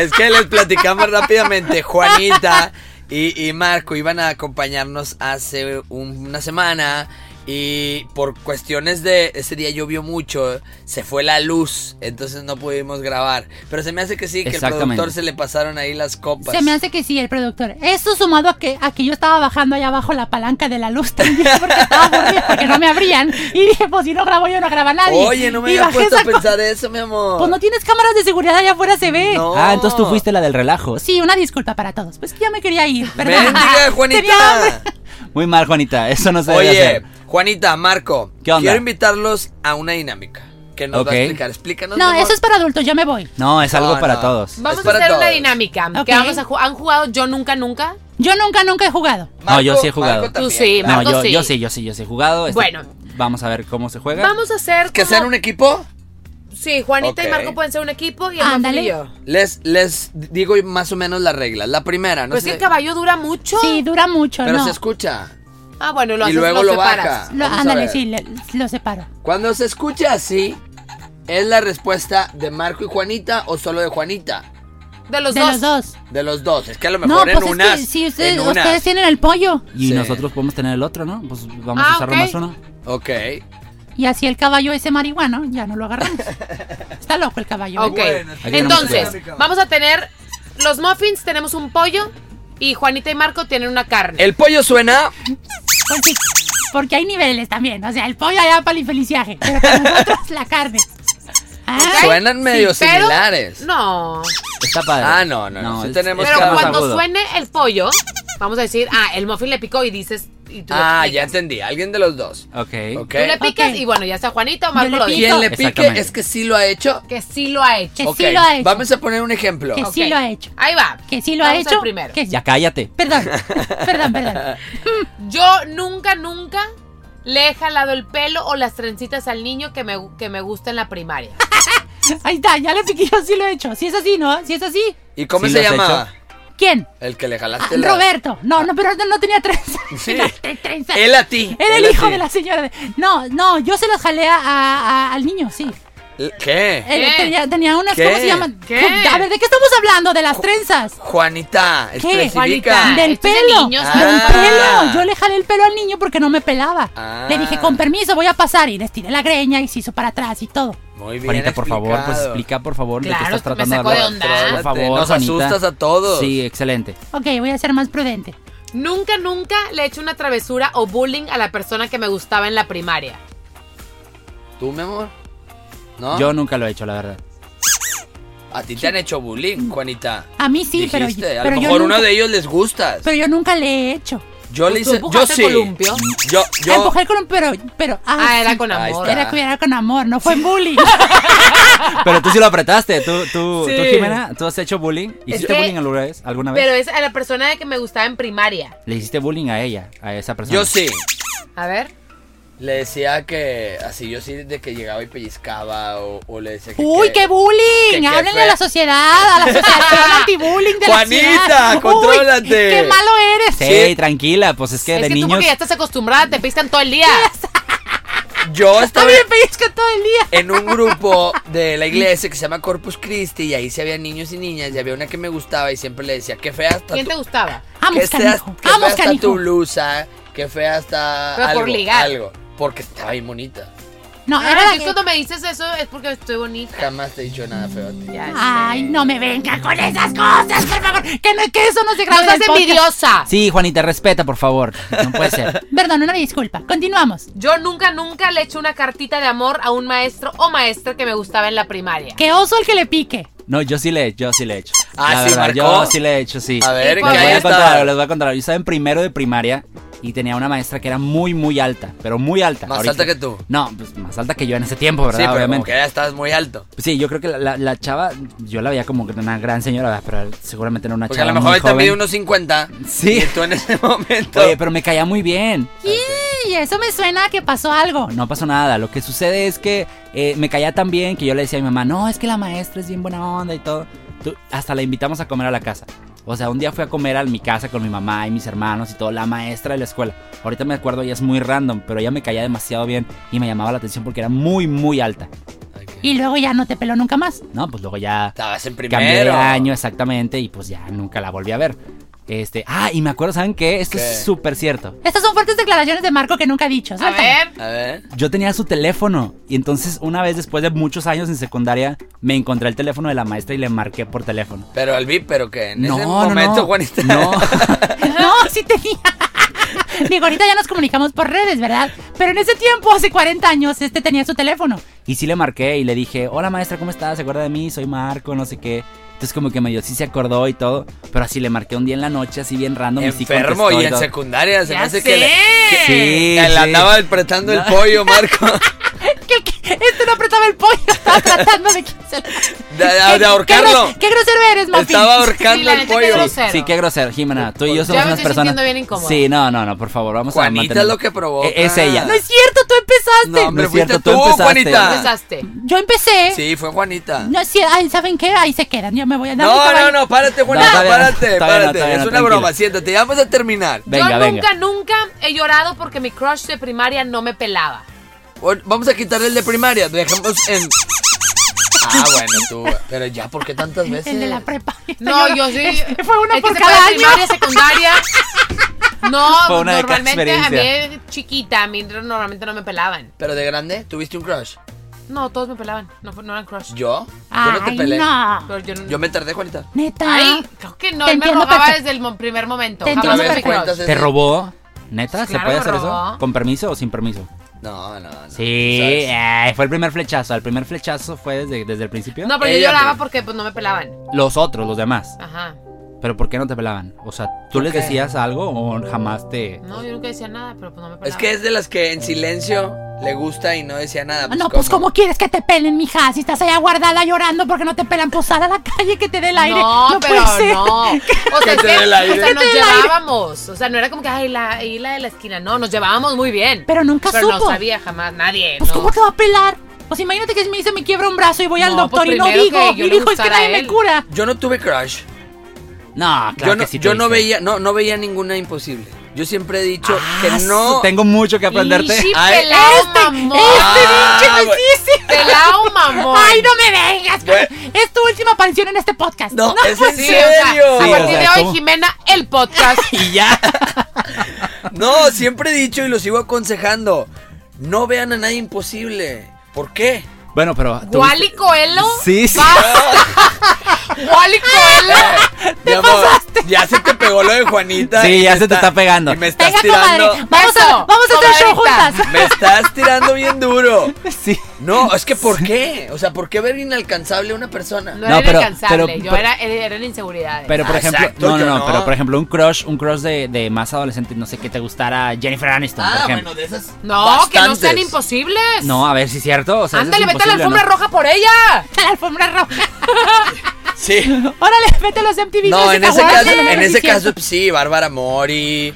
S3: Es que les platicamos rápidamente, Juanita y, y Marco iban a acompañarnos hace un- una semana y por cuestiones de ese día llovió mucho, se fue la luz, entonces no pudimos grabar. Pero se me hace que sí, que el
S5: Exactamente.
S3: productor se le pasaron ahí las copas.
S4: Se me hace que sí, el productor. Esto sumado a que, a que yo estaba bajando allá abajo la palanca de la luz también (laughs) porque estaba aburrida, porque no me abrían. Y dije, pues si no grabo yo, no graba nadie.
S3: Oye, no me
S4: Y
S3: había
S4: bajé
S3: puesto a
S4: esa co-
S3: pensar eso, mi amor.
S4: Pues no tienes cámaras de seguridad allá afuera, se ve.
S1: Oh.
S3: No.
S5: Ah, entonces tú fuiste la del relajo.
S4: Sí, una disculpa para todos. Pues que ya me
S3: (laughs)
S4: quería ir, perdón.
S5: (laughs)
S3: Bendiga,
S4: (laughs) Tenía hambre.
S3: Juanita.
S5: Muy mal, Juanita. Eso no se debe
S3: Oye,
S5: hacer.
S3: Juanita, Marco,
S5: ¿Qué onda?
S3: quiero invitarlos a una dinámica que nos va
S5: Ok.
S3: a explicar. Explícanos.
S4: No,
S3: mi amor.
S4: eso es para adultos, yo me voy.
S5: No, es algo
S3: No,
S5: para
S3: no.
S5: todos.
S1: Vamos
S3: Es
S1: a
S3: para
S1: hacer una
S3: todos.
S1: dinámica.
S4: Ok.
S1: Que vamos a ju- ¿Han jugado Yo Nunca Nunca?
S4: Yo nunca, nunca he jugado.
S5: No, yo sí he jugado.
S3: Marco
S1: Tú
S3: también.
S1: sí,
S5: No,
S1: Marco
S5: yo,
S1: sí.
S5: yo sí, yo sí, yo sí he jugado. Este,
S1: Bueno.
S5: Vamos a ver cómo se juega.
S1: Vamos a hacer.
S3: Que
S1: como-
S3: sean un equipo.
S1: Sí, Juanita y
S3: Ok.
S1: Marco pueden ser un equipo y el Ándale.
S4: Ándale.
S1: y yo.
S3: Les, les digo más o menos las reglas. La primera, no
S4: Pues
S1: Pero es Pues que
S3: sé.
S1: el caballo dura mucho.
S4: Sí, dura mucho,
S3: pero
S4: no.
S3: se escucha.
S1: Ah, bueno, lo
S3: y
S1: haces,
S3: luego
S1: lo
S3: lo,
S1: separas.
S3: baja.
S4: Lo-
S3: Vamos a
S4: ándale,
S3: ver.
S4: sí, le- lo separo.
S3: Cuando se escucha así, ¿es la respuesta de Marco y Juanita o solo de Juanita?
S1: De los
S4: de
S1: dos.
S4: los dos.
S3: De los dos. Es que a lo
S4: No,
S3: mejor
S4: pues
S3: en
S4: es
S3: unas.
S4: que si ustedes,
S3: en unas.
S4: ustedes tienen el pollo
S5: Y
S3: Sí.
S5: nosotros podemos tener el otro, ¿no? Pues vamos
S1: Ah,
S5: a usarlo
S1: ok.
S5: más uno.
S3: Ok.
S4: y así el caballo ese marihuano, ya no lo
S3: (laughs)
S4: agarramos. Está loco el caballo. ¿eh?
S1: Ok.
S3: Bueno,
S5: Aquí tenemos
S1: Entonces,
S3: cuidado.
S1: vamos a tener. Los muffins tenemos un pollo y Juanita y Marco tienen una carne.
S3: El pollo suena.
S4: Pues sí, porque hay niveles también. O sea, el pollo allá para el infeliciaje, pero para nosotros la carne. Ah,
S1: Ok.
S3: Suenan medio
S1: Sí, pero-
S3: similares.
S1: No.
S5: Está padre.
S3: Ah, no, no, no, sí
S5: es-
S3: tenemos
S5: es
S1: Pero
S3: cada
S5: más
S1: cuando
S5: agudo.
S1: suene el pollo, vamos a decir, ah, el muffin le picó y dices. Y tú le
S3: Ah, ya
S1: explicas.
S3: entendí. Alguien de los dos.
S5: Ok.
S3: Ok.
S1: Tú le picas
S4: Ok.
S1: y bueno, ya sea Juanita o Marco
S4: Yo le
S1: lo
S4: pico.
S1: dice.
S3: Quien le pique
S5: Exactamente.
S3: es que sí lo ha hecho.
S1: Que sí lo ha hecho.
S4: Que
S3: ok.
S4: sí lo ha hecho.
S3: Vamos a poner un ejemplo.
S4: Que sí
S1: Ok.
S4: lo ha hecho.
S1: Ahí va.
S4: Que sí lo
S1: Vamos
S4: ha
S1: al
S4: hecho.
S1: primero.
S4: que-
S5: Ya cállate.
S4: Perdón, perdón, perdón.
S1: Yo nunca, nunca le he jalado el pelo o las trencitas al niño que me, que me gusta en la
S4: (laughs)
S1: primaria.
S4: Ahí está, ya le piqué, yo sí lo he hecho. Si es así, ¿no? Si es así.
S3: ¿Y cómo
S5: Sí
S3: se
S5: lo has
S3: llamaba?
S4: ¿Quién?
S3: El que le
S4: Ah,
S3: jalaste la-
S4: Roberto. No, no, pero no, no tenía trenza. (laughs)
S3: Sí.
S4: No tenía trenza.
S3: Él a ti.
S4: Era
S3: él
S4: el
S3: a
S4: hijo
S3: ti.
S4: de la señora. de- No, no, yo se las jalé a, a- al niño, sí.
S3: ¿Qué?
S4: Él
S1: ¿Qué?
S4: Eh, tenía, tenía unas,
S3: ¿Qué?
S4: ¿cómo se llaman?
S1: ¿Qué?
S4: A ver, ¿de qué estamos hablando? De las trenzas.
S3: Juanita, especifica.
S1: Juanita?
S4: Del
S1: esto es de
S4: pelo.
S1: niños.
S4: Del
S3: Ah.
S4: pelo. Yo le jalé el pelo al niño porque no me pelaba.
S3: Ah.
S4: Le dije, con permiso, voy a pasar. Y le estiré la greña y se hizo para atrás y todo.
S3: Muy bien.
S5: Juanita, por favor, pues
S3: explicado.
S5: explica, por favor, de qué
S1: Claro, me
S5: estás tratando de
S1: sacó de
S5: hablar.
S1: onda.
S5: Por favor,
S3: Nos
S5: Juanita.
S3: asustas a todos.
S5: Sí, excelente.
S4: Ok, voy a ser más prudente.
S1: Nunca, nunca le he hecho una travesura o bullying a la persona que me gustaba en la primaria.
S3: ¿Tú, mi amor? ¿No?
S5: Yo nunca lo he hecho, la verdad.
S3: A ti te han hecho bullying, Juanita.
S4: A mí Mm. Ah, sí, pero,
S3: Dijiste, A
S4: pero
S3: lo
S4: yo
S3: mejor
S4: nunca-
S3: uno de ellos les gustas.
S4: pero yo nunca le he hecho.
S3: yo le
S1: ¿Tú
S3: hice. Yo
S1: empujaste
S3: sí.
S1: el columpio?
S3: Yo,
S4: Ah,
S3: yo.
S4: empujé con un pero, pero ah,
S1: Ah, era
S4: sí.
S1: con
S3: Ahí
S1: amor.
S3: está.
S4: Era cuidar con amor, no fue en bullying.
S5: Pero tú sí lo apretaste. Tú, tú,
S1: Sí.
S5: tú Jimena, ¿tú has hecho bullying? ¿Hiciste
S1: que-
S5: bullying alguna vez? ¿Alguna vez?
S1: Pero es a la persona de que me gustaba en primaria.
S5: Le hiciste bullying a ella, a esa persona.
S3: Yo sí.
S1: A ver.
S3: Le decía que. Así, yo sí, de que llegaba y pellizcaba. O, o le decía que.
S4: Uy, qué
S3: que-
S4: bullying.
S3: que
S4: Háblenle
S3: fue-
S4: a la sociedad, a la asociación anti-bullying de
S3: Juanita,
S4: la ciudad. Uy,
S3: contrólate.
S4: qué malo eres.
S5: Sí,
S3: Sí.
S5: tranquila, pues es que
S1: es
S5: de
S1: que tú
S5: niños.
S1: porque ya estás acostumbrada, te piscan todo el día.
S3: Yo estaba.
S4: También pellizco todo el día.
S3: en un grupo de la iglesia que se llama Corpus Christi y ahí se había niños y niñas y había una que me gustaba y siempre le decía, qué fea está
S1: ¿Quién
S3: tu,
S1: te gustaba?
S4: Vamos,
S3: qué fea-
S4: canijo.
S3: qué fea
S4: Vamos,
S3: está tu
S4: canijo.
S3: blusa, qué fea está
S1: Pero por
S3: algo,
S1: ligar.
S3: algo, porque estaba bien bonita.
S4: No,
S1: Ah,
S4: era la
S1: que
S4: que-
S1: cuando me dices eso es porque estoy bonita.
S3: Jamás te he dicho nada feo a ti.
S1: Ya.
S4: Ay, no me vengan con esas cosas, por favor. Que, no, que eso no se
S1: No
S4: grabe. en el
S1: seas
S4: podcast.
S1: envidiosa.
S5: Sí, Juanita, respeta, por favor. No puede ser.
S4: Perdón, una disculpa. Continuamos.
S1: Yo nunca, nunca le he hecho una cartita de amor a un maestro o maestra que me gustaba en la primaria.
S4: Que oso el que le pique.
S5: No, yo sí le he hecho, yo sí le he hecho.
S3: Ah,
S5: La
S3: sí,
S5: verdad,
S3: marcó.
S5: Yo sí le he hecho, sí.
S3: A ver,
S5: les
S1: ¿qué
S5: voy
S1: hay?
S5: a contar, les voy a contar. Yo estaba en primero de primaria y tenía una maestra que era muy, muy alta, pero muy alta.
S3: Más
S5: Ahorita-
S3: alta que tú.
S5: No, pues más alta que yo en ese tiempo, ¿verdad?
S3: Sí, pero como
S5: Obviamente.
S3: que ya estás muy alto.
S5: Pues Sí, yo creo que la, la- la chava, yo la veía como una gran señora, ¿verdad? pero seguramente era una
S3: Porque a
S5: chava
S3: lo mejor
S5: muy
S3: él te mide
S5: joven.
S3: unos 50.
S5: Sí.
S3: (laughs) Y tú en ese momento.
S5: Oye, pero me caía muy bien.
S4: Y eso me suena a que pasó algo.
S5: No pasó nada. Lo que sucede es que eh, me caía tan bien que yo le decía a mi mamá, no, es que la maestra es bien buena onda y todo. Tú- hasta la invitamos a comer a la casa. O sea, un día fui a comer a mi casa con mi mamá y mis hermanos y todo, la maestra de la escuela. Ahorita me acuerdo, ella es muy random, pero ella me caía demasiado bien y me llamaba la atención porque era muy, muy alta.
S3: Ok.
S4: Y luego ya no te peló nunca más.
S5: No, pues luego ya
S3: Estabas en primero.
S5: cambié de año exactamente y pues ya nunca la volví a ver. Este, ah, y me acuerdo, ¿saben qué? Esto
S3: ¿Qué?
S5: es súper cierto.
S4: Estas son fuertes declaraciones de Marco que nunca ha dicho.
S1: A
S4: Suéltala.
S1: ver.
S3: A ver.
S5: Yo tenía su teléfono y entonces una vez después de muchos años en secundaria me encontré el teléfono de la maestra y le marqué por teléfono.
S3: Pero el VIP, pero que en
S5: no,
S3: ese
S5: no,
S3: momento,
S5: no,
S3: Juanita. (laughs)
S5: No.
S4: No, sí tenía. (laughs) Digo, ahorita ya nos comunicamos por redes, ¿verdad? Pero en ese tiempo, hace 40 años, este tenía su teléfono.
S5: Y sí le marqué y le dije, hola maestra, ¿cómo estás? ¿Se acuerda de mí? Soy Marco, no sé qué. Entonces como que medio sí se acordó y todo, pero así le marqué un día en la noche, así bien random. y sí
S3: Enfermo
S5: contestó
S3: y en
S5: todo.
S3: secundaria se me
S1: Ya sé.
S3: hace que le,
S5: Sí,
S3: que le
S5: sí.
S3: andaba apretando el
S5: (laughs)
S3: pollo, Marco.
S4: Que- que Este no apretaba el pollo, estaba tratando de quitárselo.
S3: De, (laughs) Ah, de- de ahorcarlo.
S4: Qué, gros- qué grosero eres, Mafi.
S3: Estaba
S1: Sí,
S3: ahorcando
S1: la
S3: el
S1: neta, qué
S3: pollo.
S1: grosero.
S5: Sí, qué grosero, Jimena. Tú y yo somos
S1: me
S5: unas
S1: estoy
S5: personas.
S1: sintiendo bien incómoda.
S5: Sí, no, no, no, por favor, vamos a
S3: Juanita
S5: mantenerlo.
S3: es lo que provoca.
S5: E- Es ella.
S4: No es cierto, tú empezaste.
S3: No, hombre,
S5: No es
S3: fuiste
S5: cierto,
S3: tú,
S5: tú empezaste.
S1: ¿Qué
S3: Juanita.
S1: pensaste?
S4: Yo empecé.
S3: Sí, fue Juanita.
S4: No, sí, ay, ¿saben qué? Ahí se quedan. Yo me voy a dar mi
S3: No, no,
S4: caballo.
S3: no, párate, Juanita,
S5: todavía no,
S3: párate,
S5: todavía no,
S3: párate.
S5: todavía no,
S3: es una
S5: tranquila.
S3: broma, siéntate, ya vamos a terminar.
S5: Venga,
S1: Yo nunca,
S5: venga.
S1: nunca he llorado porque mi crush de primaria no me pelaba.
S3: Bueno, Vamos a quitarle el de primaria, dejamos en... Ah, bueno, tú, pero ya, ¿por qué tantas veces?
S4: El de la prepa.
S1: No, yo sí.
S4: Fue uno
S1: es que
S4: por
S1: se
S4: cada
S1: puede
S4: año.
S1: Primaria, secundaria. No,
S5: Fue una de cada
S1: normalmente a
S5: experiencia.
S1: mí chiquita, a mí normalmente no me pelaban.
S3: Pero de grande, ¿tuviste un crush?
S1: No, todos me pelaban. No, no eran crush.
S3: ¿Yo? Yo no te
S4: Ay,
S3: peleé.
S4: no.
S1: Pero yo no-
S3: Yo me tardé, Juanita.
S4: Neta.
S1: Ay, creo que no.
S4: Te
S1: Él me
S4: entiendo
S1: robaba
S4: perfecto.
S1: desde el mo- primer momento.
S4: Te
S1: Jamás
S4: entiendo
S1: fui
S4: perfecto.
S1: crush.
S3: Cuentas-
S5: ¿Te robó? ¿Neta?
S1: Sí,
S5: ¿Se
S1: claro,
S5: puede
S1: me
S5: hacer
S1: robó.
S5: eso? ¿Con permiso o sin permiso?
S3: No, no, no.
S5: Sí, eh.
S3: ¿sabes?
S5: ay, fue el primer flechazo. ¿El primer flechazo fue desde, desde el principio?
S1: No, pero yo
S3: Ella
S1: lloraba
S3: me-
S1: porque pues no me pelaban.
S5: Los otros, los demás.
S1: Ajá.
S5: ¿Pero por qué no te pelaban? O sea, ¿tú les
S3: qué?
S5: decías algo o jamás te...?
S1: No, yo nunca decía nada, pero pues no me pelaban.
S3: Es que es de las que en silencio le gusta y no decía nada.
S4: Ah, No, pues ¿cómo quieres que te pelen, mija? Si estás allá guardada llorando porque no te pelan, pues sal a la calle que te dé el aire.
S1: No, pero
S4: puede ser. (laughs)
S1: no. O sea,
S3: Que
S1: es
S3: te
S1: que,
S3: dé el aire.
S1: o sea,
S4: Que te
S1: nos
S4: dé el aire.
S1: llevábamos. O sea, no era como que, ay, la, ahí la de la esquina. No, nos llevábamos muy bien.
S4: Pero nunca
S1: Pero no
S4: supo.
S1: sabía jamás nadie.
S4: Pues
S1: no.
S4: ¿cómo te va a pelar? Pues imagínate que si me dice me quiebra un brazo y voy al
S1: No,
S4: doctor
S1: pues,
S4: y no
S1: primero
S4: digo.
S1: que yo
S4: Y
S1: le
S4: dijo, es que
S1: gustara a
S4: nadie me
S1: él".
S4: cura.
S3: Yo no tuve crush.
S5: No, claro
S3: yo no,
S5: que sí
S3: yo no
S5: tuviste.
S3: veía, no, no veía ninguna imposible. Yo siempre he dicho
S5: Ah,
S3: que no.
S5: Tengo mucho que aprenderte.
S1: Ishi,
S3: Ay,
S1: pelao,
S4: este,
S1: mamón.
S4: este pinche
S3: Ah, güey.
S4: besísimo.
S1: Pelao, mamón.
S4: Ay, no me vengas. Es tu última aparición en este podcast.
S3: No, es en
S1: Sí, o
S3: serio.
S1: sea,
S5: Sí,
S1: a
S5: o
S1: partir
S5: sea,
S1: de hoy,
S5: ¿cómo?
S1: Jimena, el
S5: (laughs)
S1: podcast.
S5: Y ya.
S3: No, siempre he dicho y lo sigo aconsejando. No vean a nadie imposible. ¿Por
S5: (laughs)
S3: qué?
S5: bueno, pero... ¿tuviste-
S1: Wally Coelho.
S5: Sí, sí.
S1: Basta. Wally
S5: (laughs)
S1: Coelho.
S3: Mi amor, Ya se te pegó lo de Juanita.
S5: Sí,
S3: y
S5: ya
S3: me
S5: se te está pegando.
S3: Y me estás
S4: Venga,
S3: tirando.
S4: comadre. Vamos a,
S1: Beso,
S4: vamos a hacer show
S1: comadrita.
S4: juntas. (laughs)
S3: Me estás tirando bien duro.
S5: Sí.
S3: No, es que ¿por qué? O sea, ¿por qué ver inalcanzable a una persona?
S1: No,
S5: No,
S1: era
S5: pero-
S1: inalcanzable.
S5: pero-
S1: yo
S5: pero-
S1: era, eran inseguridades.
S5: Pero por
S3: Ah,
S5: ejemplo,
S3: exacto,
S5: no, no,
S3: yo
S5: no,
S3: no.
S5: pero por ejemplo, un crush, un crush de, de más adolescente, no sé qué te gustara Jennifer Aniston, por
S3: Ah, bueno,
S5: ejemplo.
S3: de esas.
S1: no, que no sean
S3: bastantes.
S1: imposibles.
S5: No, a ver si es cierto. O sea, eso
S1: Ándale,
S5: es
S1: vete a la
S5: imposible,
S1: alfombra
S5: ¿no?
S1: roja por ella.
S4: La alfombra roja. (laughs)
S3: Sí.
S4: Órale, vete a los MTV.
S3: No, en
S4: Music
S3: ese
S4: Awards.
S3: caso, en ese
S4: Sí, cierto.
S3: caso sí, Bárbara Mori. eh,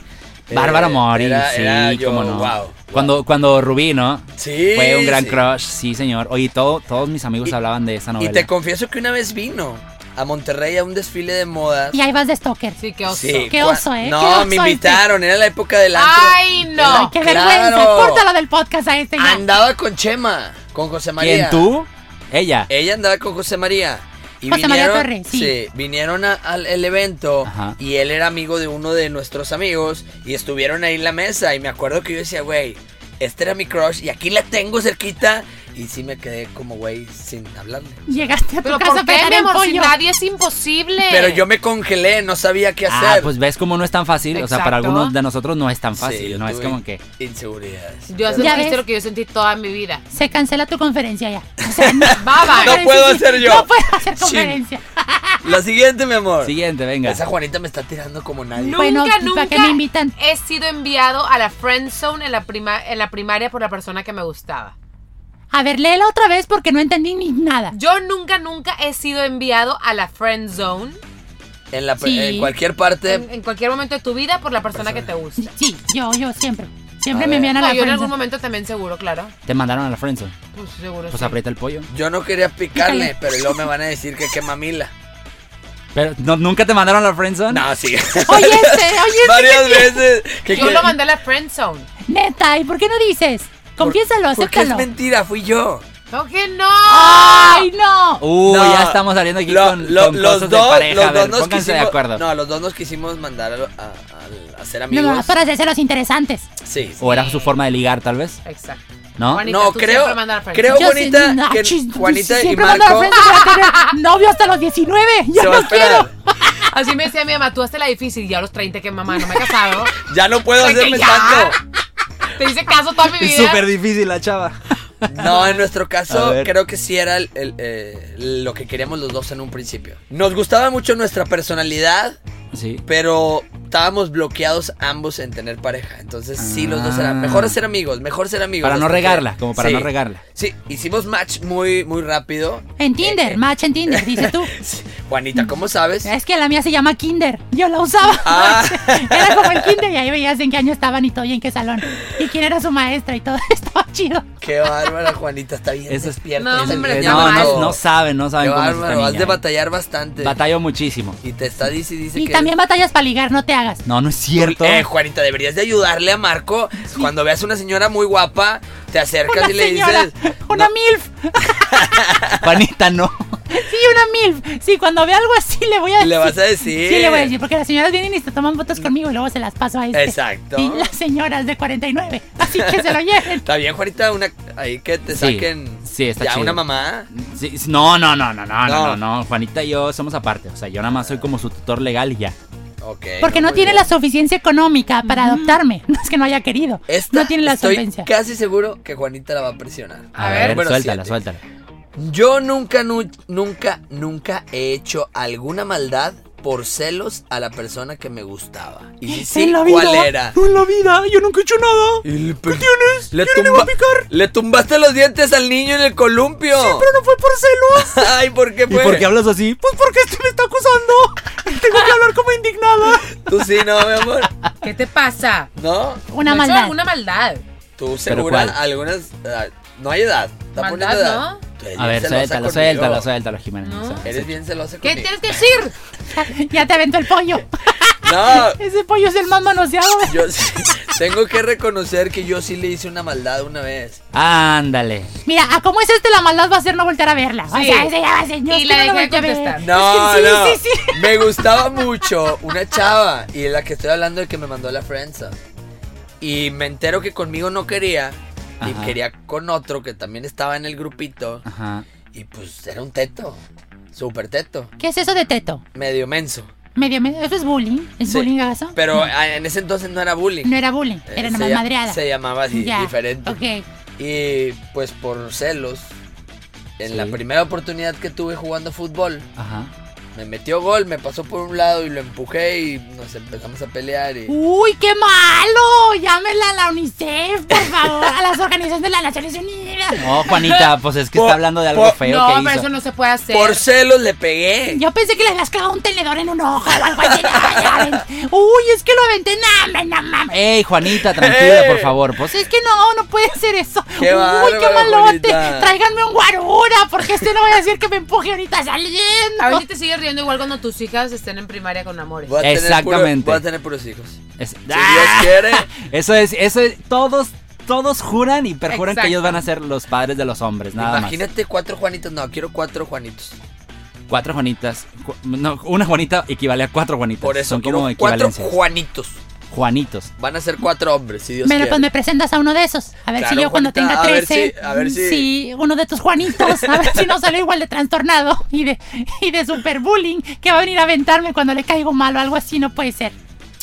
S5: Bárbara Mori,
S3: era-
S5: sí,
S3: era yo,
S5: cómo no.
S3: wow.
S5: Cuando, cuando Rubí, ¿no?
S3: Sí,
S5: Fue un gran
S3: sí.
S5: crush, sí, señor. Oye, todo, todos mis amigos
S3: Y-
S5: hablaban de esa
S3: Y
S5: novela.
S3: te confieso que una vez vino a Monterrey a un desfile de modas.
S4: Y ahí vas de stalker.
S1: Sí, qué oso.
S3: Sí,
S4: Qué
S3: cua-
S4: oso, ¿eh?
S3: No,
S4: Qué oso
S3: me
S4: este.
S3: invitaron, era la época del antro.
S1: Ay, no.
S4: Ay, qué vergüenza.
S3: Claro.
S4: Córtalo del podcast a este. ya.
S3: Andaba con Chema, con José María.
S5: ¿Quién tú? Ella.
S3: Ella andaba con José María. Y
S4: José María
S3: vinieron,
S4: Torres, sí.
S3: vinieron a- al el evento
S5: Ajá.
S3: y él era amigo de uno de nuestros amigos y estuvieron ahí en la mesa y me acuerdo que yo decía, güey, este era mi crush y aquí la tengo cerquita Y sí me quedé como güey sin hablarle.
S4: Eh. Llegaste a tu
S1: Pero
S4: casa a
S1: ¿por qué,
S4: pegar
S1: mi
S4: el
S1: amor? Si
S4: pollo.
S1: nadie es imposible.
S3: Pero yo me congelé, no sabía qué
S5: Ah,
S3: hacer.
S5: pues ves cómo no es tan fácil. O sea, para
S1: Exacto.
S5: algunos de nosotros no es tan
S3: Sí,
S5: fácil.
S3: yo
S5: no es
S3: tuve
S5: como que.
S3: Inseguridades.
S1: Yo
S3: Pero-
S4: Ya
S1: sentiste
S4: ves.
S1: lo que yo sentí toda mi vida.
S4: Se cancela tu conferencia ya.
S1: Baba.
S3: No puedo hacer yo.
S4: No puedo hacer
S3: Chin.
S4: conferencia.
S3: La siguiente, mi amor.
S5: Siguiente, venga.
S3: Esa Juanita me está tirando como nadie.
S1: Nunca,
S4: Bueno, ¿y
S1: nunca
S4: para qué me invitan?
S1: he sido enviado a la friend zone en la, prima- en la primaria por la persona que me gustaba.
S4: A ver, léela otra vez porque no entendí ni nada.
S1: Yo nunca, nunca he sido enviado a la friend zone
S3: En, la,
S4: Sí.
S3: en cualquier parte.
S1: en, en cualquier momento de tu vida por la persona, que te gusta.
S4: (laughs) Sí, yo, yo siempre. Siempre
S3: A
S4: me
S3: ver.
S4: envían a
S1: No,
S4: la
S1: yo en
S4: prensa.
S1: algún momento también seguro, claro.
S5: Te mandaron a la friendzone.
S1: Pues seguro.
S5: Pues
S1: sí.
S5: aprieta el pollo.
S3: Yo no quería picarle,
S4: Pícale.
S3: pero luego me van a decir que qué mamila.
S5: Pero ¿no- nunca te mandaron a la friendzone.
S3: No, sí. (laughs)
S4: Oye, este, oye, este,
S3: Varias veces. que-
S1: Yo
S3: que-
S1: lo mandé a la friend zone.
S4: neta, ¿y por qué no dices? Confiésalo,
S3: Porque es
S4: acéptalo.
S3: mentira, fui yo.
S1: No, que no.
S4: ¡Ay, no!
S5: Uh,
S3: No.
S5: ya estamos saliendo aquí
S3: Lo-
S5: con,
S3: lo-
S5: con cosas de pareja.
S3: los
S5: a ver,
S3: dos nos
S5: pónganse de
S3: quisimos-
S5: acuerdo.
S3: No, los dos nos quisimos mandar a, a- a- a ser
S4: No,
S3: amigos.
S4: no, para hacerse los interesantes.
S3: Sí. sí.
S5: O era su forma de ligar, tal vez.
S1: Exacto.
S5: ¿No?
S1: Juanita,
S3: No,
S1: tú
S3: creo,
S1: siempre mandas a la friend
S3: creo
S1: zone.
S4: Yo sí,
S3: Juanita,
S4: no,
S3: que
S4: chis-
S3: Juanita y
S4: siempre mando a la
S3: Marco-
S4: prensa para tener novio hasta
S3: (laughs)
S4: los 19. Yo
S3: Se va a
S4: no quiero.
S3: esperar.
S1: Así me decía mi mamá, tú haces la difícil. Y a los 30 que mamá no me he casado.
S3: Ya no puedo
S1: Porque
S3: hacerme
S1: ya.
S3: tanto.
S1: Te hice caso toda
S5: (laughs)
S1: mi vida.
S5: difícil la chava.
S3: No, en nuestro
S5: A
S3: caso,
S5: ver.
S3: creo que sí era el- el, eh, lo que queríamos los dos en un principio. Nos gustaba mucho nuestra personalidad,
S5: (laughs) Sí.
S3: pero estábamos bloqueados ambos en tener pareja. Entonces, sí, los dos eran.
S5: Ah.
S3: Mejor ser amigos, mejor ser amigos.
S5: Para no
S3: Hasta que-
S5: regarla, como para
S3: Sí.
S5: no regarla.
S3: Sí, hicimos match muy, muy rápido.
S4: En
S3: Eh,
S4: Tinder, match en Tinder,
S3: (laughs)
S4: dices tú.
S3: Juanita, ¿cómo sabes?
S4: Es que la mía se llama Kinder. Yo la usaba.
S3: Ah.
S4: (laughs) Era como el Kinder y ahí veías en qué año estaban y todo y en qué salón. Y quién era su maestra y todo. (laughs) Estaba chido.
S3: Qué bárbara, Juanita, está bien.
S5: Esa es-
S3: despierta.
S1: No,
S3: está
S1: hombre,
S3: bien
S1: ya
S5: Eh, no,
S3: llamando.
S5: no, no saben, no
S3: Qué
S5: saben cómo es esta
S3: bárbaro, has
S5: niña,
S3: de
S5: eh.
S3: batallar bastante.
S5: Batallo muchísimo.
S3: y te está dice, dice
S4: Y
S3: que.
S4: también batallas para ligar, no te hagas.
S5: No, no es cierto.
S3: Eh, Juanita, deberías de ayudarle a Marco. Cuando veas una señora muy guapa, te acercas
S4: Una
S3: y le
S4: señora,
S3: dices.
S4: una MILF.
S5: Juanita, no.
S4: Sí, una MILF. Sí, cuando ve algo así le voy a decir.
S3: Le vas a decir.
S4: Sí, le voy a decir, porque las señoras vienen y se toman fotos conmigo y luego se las paso a este.
S3: Exacto.
S4: Y las señoras de 49. Así
S3: (laughs)
S4: que se lo lleven.
S3: Está bien, Juanita, una, ahí que te
S5: Sí,
S3: saquen.
S5: sí, está
S3: Ya
S5: chido.
S3: una mamá.
S5: (laughs) Sí, sí, no, no, no, no, no,
S3: No.
S5: no, no, no. Juanita y yo somos aparte. O sea, yo nada más soy como su tutor legal y ya.
S3: Ok.
S4: Porque no
S3: muy
S4: tiene
S3: bien.
S4: la suficiencia económica para adoptarme. (laughs) No es que no haya querido.
S3: Esta,
S4: no tiene la
S3: estoy
S4: solvencia.
S3: casi seguro que Juanita la va a presionar.
S5: A,
S1: A ver.
S5: ver,
S3: Número
S5: suéltala,
S3: siete.
S5: suéltala.
S3: Yo nunca, nu- nunca, nunca he hecho alguna maldad por celos a la persona que me gustaba. Y si sí,
S4: En la vida.
S3: ¿cuál era?
S5: No en la vida, yo nunca he hecho nada.
S3: ¿Qué tienes? Le, tumba- le tumbaste los dientes al niño en el columpio. Sí, pero
S5: no fue por celos.
S3: no. (laughs) Ay, ¿por qué
S5: ¿Y
S3: fue?
S5: por qué hablas así? Pues porque este me está
S3: (laughs)
S5: acusando. Tengo que hablar como indignada.
S3: Tú sí, no, mi amor.
S1: ¿Qué te pasa?
S3: ¿No?
S4: Una
S1: No he hecho
S4: maldad.
S1: alguna maldad.
S3: Tú segura
S5: cuál?
S3: algunas. ah, no hay edad. Está
S1: Maldad,
S3: poniendo edad.
S1: ¿no?
S3: Tú eres
S5: A
S3: bien
S5: ver,
S3: celosa
S5: suéltalo,
S3: conmigo.
S5: suéltalo, suéltalo, Jimena.
S1: No.
S5: suéltalo.
S3: Eres bien celosa
S1: ¿Qué
S3: conmigo.
S1: tienes que decir?
S4: (laughs) Ya te aventó el pollo.
S3: No,
S4: Ese pollo es el más manoseado.
S3: yo sí- (laughs) tengo que reconocer que yo sí le hice una maldad una vez.
S5: Ándale.
S4: Mira, a cómo es este la maldad va a ser no voltear a verla. O
S1: Sí.
S4: sea, ese ya va a ser, yo
S1: Y
S4: es
S1: la
S4: que
S1: dejé
S4: no
S1: de
S4: volteo a ver.
S1: contestar.
S3: No,
S4: Es que sí,
S3: no.
S4: sí, sí.
S3: Me gustaba mucho una chava y de la que estoy hablando de que me mandó a la friendzone. Y me entero que conmigo no quería y
S5: Ajá.
S3: quería con otro que también estaba en el grupito
S5: Ajá.
S3: y pues era un teto, súper teto,
S4: ¿Qué es eso de teto?
S3: medio menso.
S4: Medio, medio. ¿Eso es bullying? ¿Es
S3: Sí,
S4: bullying agaso?
S3: Pero ah, en ese entonces no era bullying.
S4: No era bullying, era
S3: Eh,
S4: nomás
S3: se, lla-
S4: madreada.
S3: Se llamaba así,
S4: Ya,
S3: diferente.
S4: Ok.
S3: Y pues por celos, en la
S5: Sí.
S3: primera oportunidad que tuve jugando fútbol,
S5: Ajá.
S3: me metió gol, me pasó por un lado y lo empujé y nos empezamos a pelear. Y...
S4: ¡Uy, qué malo! Llámela a la UNICEF, por favor, a las organizaciones de las Naciones Unidas.
S5: No,
S1: (laughs)
S5: Juanita, pues es que
S3: Por-
S5: está hablando de algo
S3: por-
S5: feo
S1: no,
S5: que
S1: pero
S5: hizo.
S1: eso no se puede hacer.
S3: Por celos le pegué.
S4: Yo pensé que le habías clavado un tenedor en un ojo o algo así. Ay, ya ven. Uy, es que lo aventé. No, hombre, no mames.
S5: Ey, Juanita, tranquila,
S3: Ey.
S5: por favor. Pues
S4: Es que no, no puede ser eso.
S3: Qué
S4: Uy, qué
S3: bárbaro,
S4: malote.
S3: Juanita.
S4: Tráiganme un guarura, porque este no voy a decir que me empuje ahorita saliendo.
S1: A ver si te sigues riendo igual cuando tus hijas estén en primaria con amores.
S3: Voy a tener
S5: Exactamente.
S3: puro- voy a tener puros hijos.
S5: es-
S3: Si
S5: ¡Ah!
S3: Dios
S5: (laughs)
S3: quiere.
S5: Eso es, eso es- todos, todos juran y perjuran
S1: Exacto.
S5: que ellos van a ser los padres de los hombres, nada más.
S3: Imagínate cuatro Juanitos. No, quiero cuatro Juanitos.
S5: Cuatro Juanitas, cu- no, una Juanita equivale a cuatro Juanitas.
S3: Por eso
S5: son
S3: quiero
S5: como
S3: cuatro
S5: equivalencias.
S3: Juanitos.
S5: Juanitos.
S3: Van a ser cuatro hombres, si Dios
S4: Bueno,
S3: quiere.
S4: pues me presentas a uno de esos. A ver
S3: Claro,
S4: si yo cuando
S3: Juanita,
S4: tenga
S3: a ver
S4: 13,
S3: si- a ver si-
S4: sí, uno de tus Juanitos, a ver si no sale igual de trastornado y de, y de superbullying que va a venir a aventarme cuando le caigo mal o algo así, no puede ser.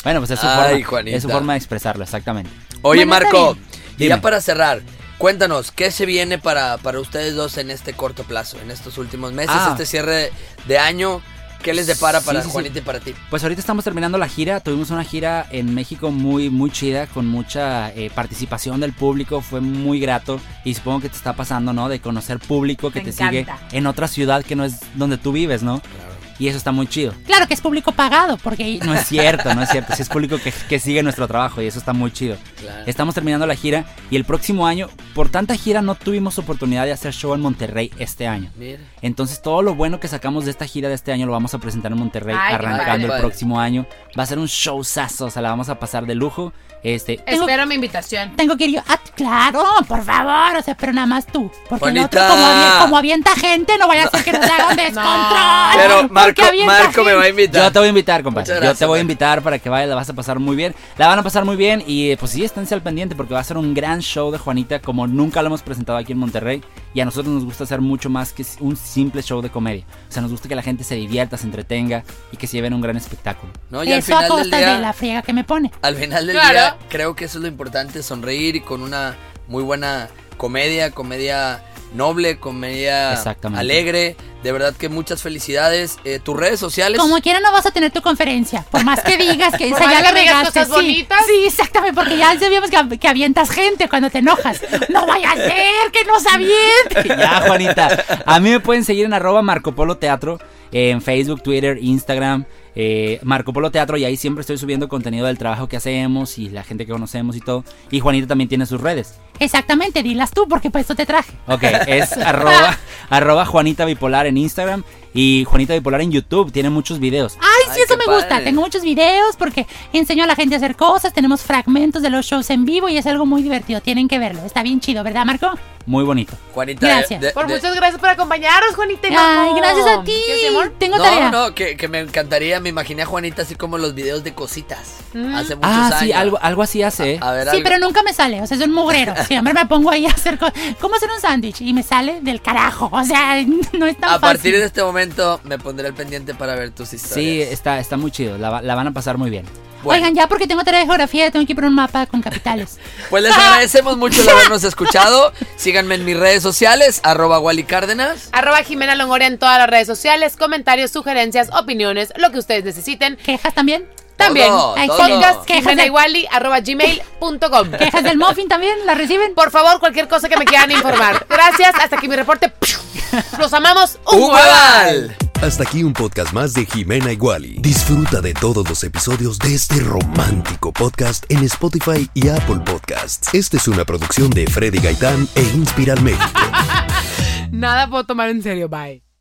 S5: Bueno, pues es su,
S3: Ay,
S5: forma,
S3: Juanita.
S5: es su forma de expresarlo, exactamente.
S3: Oye,
S4: Bueno, está
S3: Marco,
S4: bien.
S3: y ya
S5: Dime.
S3: para cerrar, cuéntanos, ¿qué se viene para, para ustedes dos en este corto plazo, en estos últimos meses,
S5: Ah.
S3: este cierre de año? ¿Qué les depara
S5: Sí,
S3: para
S5: sí, sí.
S3: Juanita y para ti?
S5: Pues ahorita estamos terminando la gira. Tuvimos una gira en México muy, muy chida, con mucha eh, participación del público. Fue muy grato. Y supongo que te está pasando, ¿no? De conocer público que
S1: Me
S5: te
S1: encanta.
S5: sigue en otra ciudad que no es donde tú vives, ¿no? Y eso está muy chido.
S4: Claro que es público pagado, porque
S5: No es cierto, no es cierto. Si es público que, que sigue nuestro trabajo y eso está muy chido.
S3: Claro.
S5: Estamos terminando la gira y el próximo año, por tanta gira, no tuvimos oportunidad de hacer show en Monterrey este año.
S3: Mira.
S5: Entonces todo lo bueno que sacamos de esta gira de este año lo vamos a presentar en Monterrey
S1: Ay, qué padre.
S5: arrancando el
S3: Padre.
S5: próximo año. Va a ser un showzazo, o sea, la vamos a pasar de lujo. Este,
S4: Tengo-
S1: Espero mi invitación.
S4: tengo que ir yo. Ah, claro, por favor, o sea, pero nada más tú. Porque el otro,
S3: Juanita.
S4: como, avie- como avienta gente, no vaya a ser que nos hagan descontrol.
S3: Pero
S4: porque
S3: Marco,
S4: avienta
S3: Marco me va a
S4: gente.
S3: invitar.
S5: yo te voy a invitar, compadre.
S3: Muchas
S5: yo te
S3: gracias,
S5: voy
S3: man.
S5: a invitar para que vayas, la vas a pasar muy bien. La van a pasar muy bien y eh, pues sí, esténse al pendiente porque va a ser un gran show de Juanita como nunca lo hemos presentado aquí en Monterrey. Y a nosotros nos gusta hacer mucho más que un simple show de comedia. O sea, nos gusta que la gente se divierta, se entretenga y que se lleven un gran espectáculo.
S3: No, y al
S4: Eso a
S3: final del
S4: costa
S3: día,
S4: de la friega que me pone.
S3: al final del
S1: Claro.
S3: día, creo que eso es lo importante, sonreír y con una muy buena comedia, comedia noble, comedia
S5: Exactamente.
S3: alegre. De verdad que muchas felicidades. Eh, tus redes sociales.
S4: Como quiera no vas a tener tu conferencia, por más que digas que
S1: (laughs) Por
S4: esa
S1: más
S4: ya
S1: que
S4: la
S1: digas
S4: regaste.
S1: cosas
S4: sí,
S1: bonitas.
S4: sí, exactamente, porque ya sabíamos que, que avientas gente cuando te enojas. No vaya a ser que nos
S1: (laughs)
S4: aviente.
S5: Ya, Juanita. A mí me pueden seguir en arroba Marco Polo Teatro, eh, en Facebook, Twitter, Instagram, eh, Marco Polo Teatro, y ahí siempre estoy subiendo contenido del trabajo que hacemos y la gente que conocemos y todo. Y Juanita también tiene sus redes.
S4: Exactamente, dilas tú, porque para esto te traje.
S5: Ok,
S3: (laughs)
S5: es arroba, arroba Juanita Bipolar en Instagram y Juanita Bipolar en YouTube. Tiene muchos videos.
S4: Ay,
S3: Ay,
S4: sí, eso
S3: qué
S4: me gusta.
S3: padre.
S4: Tengo muchos videos porque enseño a la gente a hacer cosas, tenemos fragmentos de los shows en vivo y es algo muy divertido. Tienen que verlo. Está bien chido, ¿verdad, Marco?
S5: Muy bonito.
S3: Juanita,
S4: Gracias.
S1: Por muchas gracias por acompañarnos, Juanita. y
S4: Ay,
S1: Marco.
S4: gracias a ti.
S1: ¿Qué, sí, amor?
S4: Tengo
S3: no,
S4: tarea.
S3: no, que, que me encantaría, me imaginé a Juanita así como los videos de cositas. Hace muchos
S5: Ah,
S3: años. Ah,
S5: sí, algo, algo así hace. ¿eh?
S3: A ver,
S4: Mm. Sí,
S3: algo.
S4: pero nunca me sale, o sea, es un mugrero. Siempre me pongo ahí a hacer cosas. ¿Cómo hacer un sándwich? Y me sale del carajo. O sea, (laughs) no es tan
S3: A partir
S4: fácil.
S3: de este momento me pondré al pendiente para ver tus
S5: Sí,
S3: historias.
S5: está, está muy chido. La, va- la van a pasar muy bien.
S3: Bueno.
S4: Oigan, ya porque tengo tarea de geografía, tengo que ir por un mapa
S3: (laughs)
S4: con capitales.
S3: Pues les agradecemos
S4: (laughs)
S3: mucho el habernos escuchado. Síganme en mis redes sociales, arroba Wally Cárdenas.
S1: Arroba Jimena Longoria en todas las redes sociales, comentarios, sugerencias, opiniones, lo que ustedes necesiten.
S4: ¿Quejas también?
S1: También,
S3: Todo,
S4: Ay,
S3: todo.
S1: podcast
S4: Quejas
S1: Jimena
S4: de-
S1: Iguali, arroba gmail.com.
S4: ¿Quejas del muffin también? ¿La reciben?
S1: Por favor, cualquier cosa que me quieran informar. Gracias, hasta aquí mi reporte. Los amamos.
S3: ¡Un hueval!
S2: Hasta aquí un podcast más de Jimena Iguali. Disfruta de todos los episodios de este romántico podcast en Spotify y Apple Podcasts. Esta es una producción de Freddy Gaitán e Inspiral México.
S1: Nada puedo tomar en serio, bye.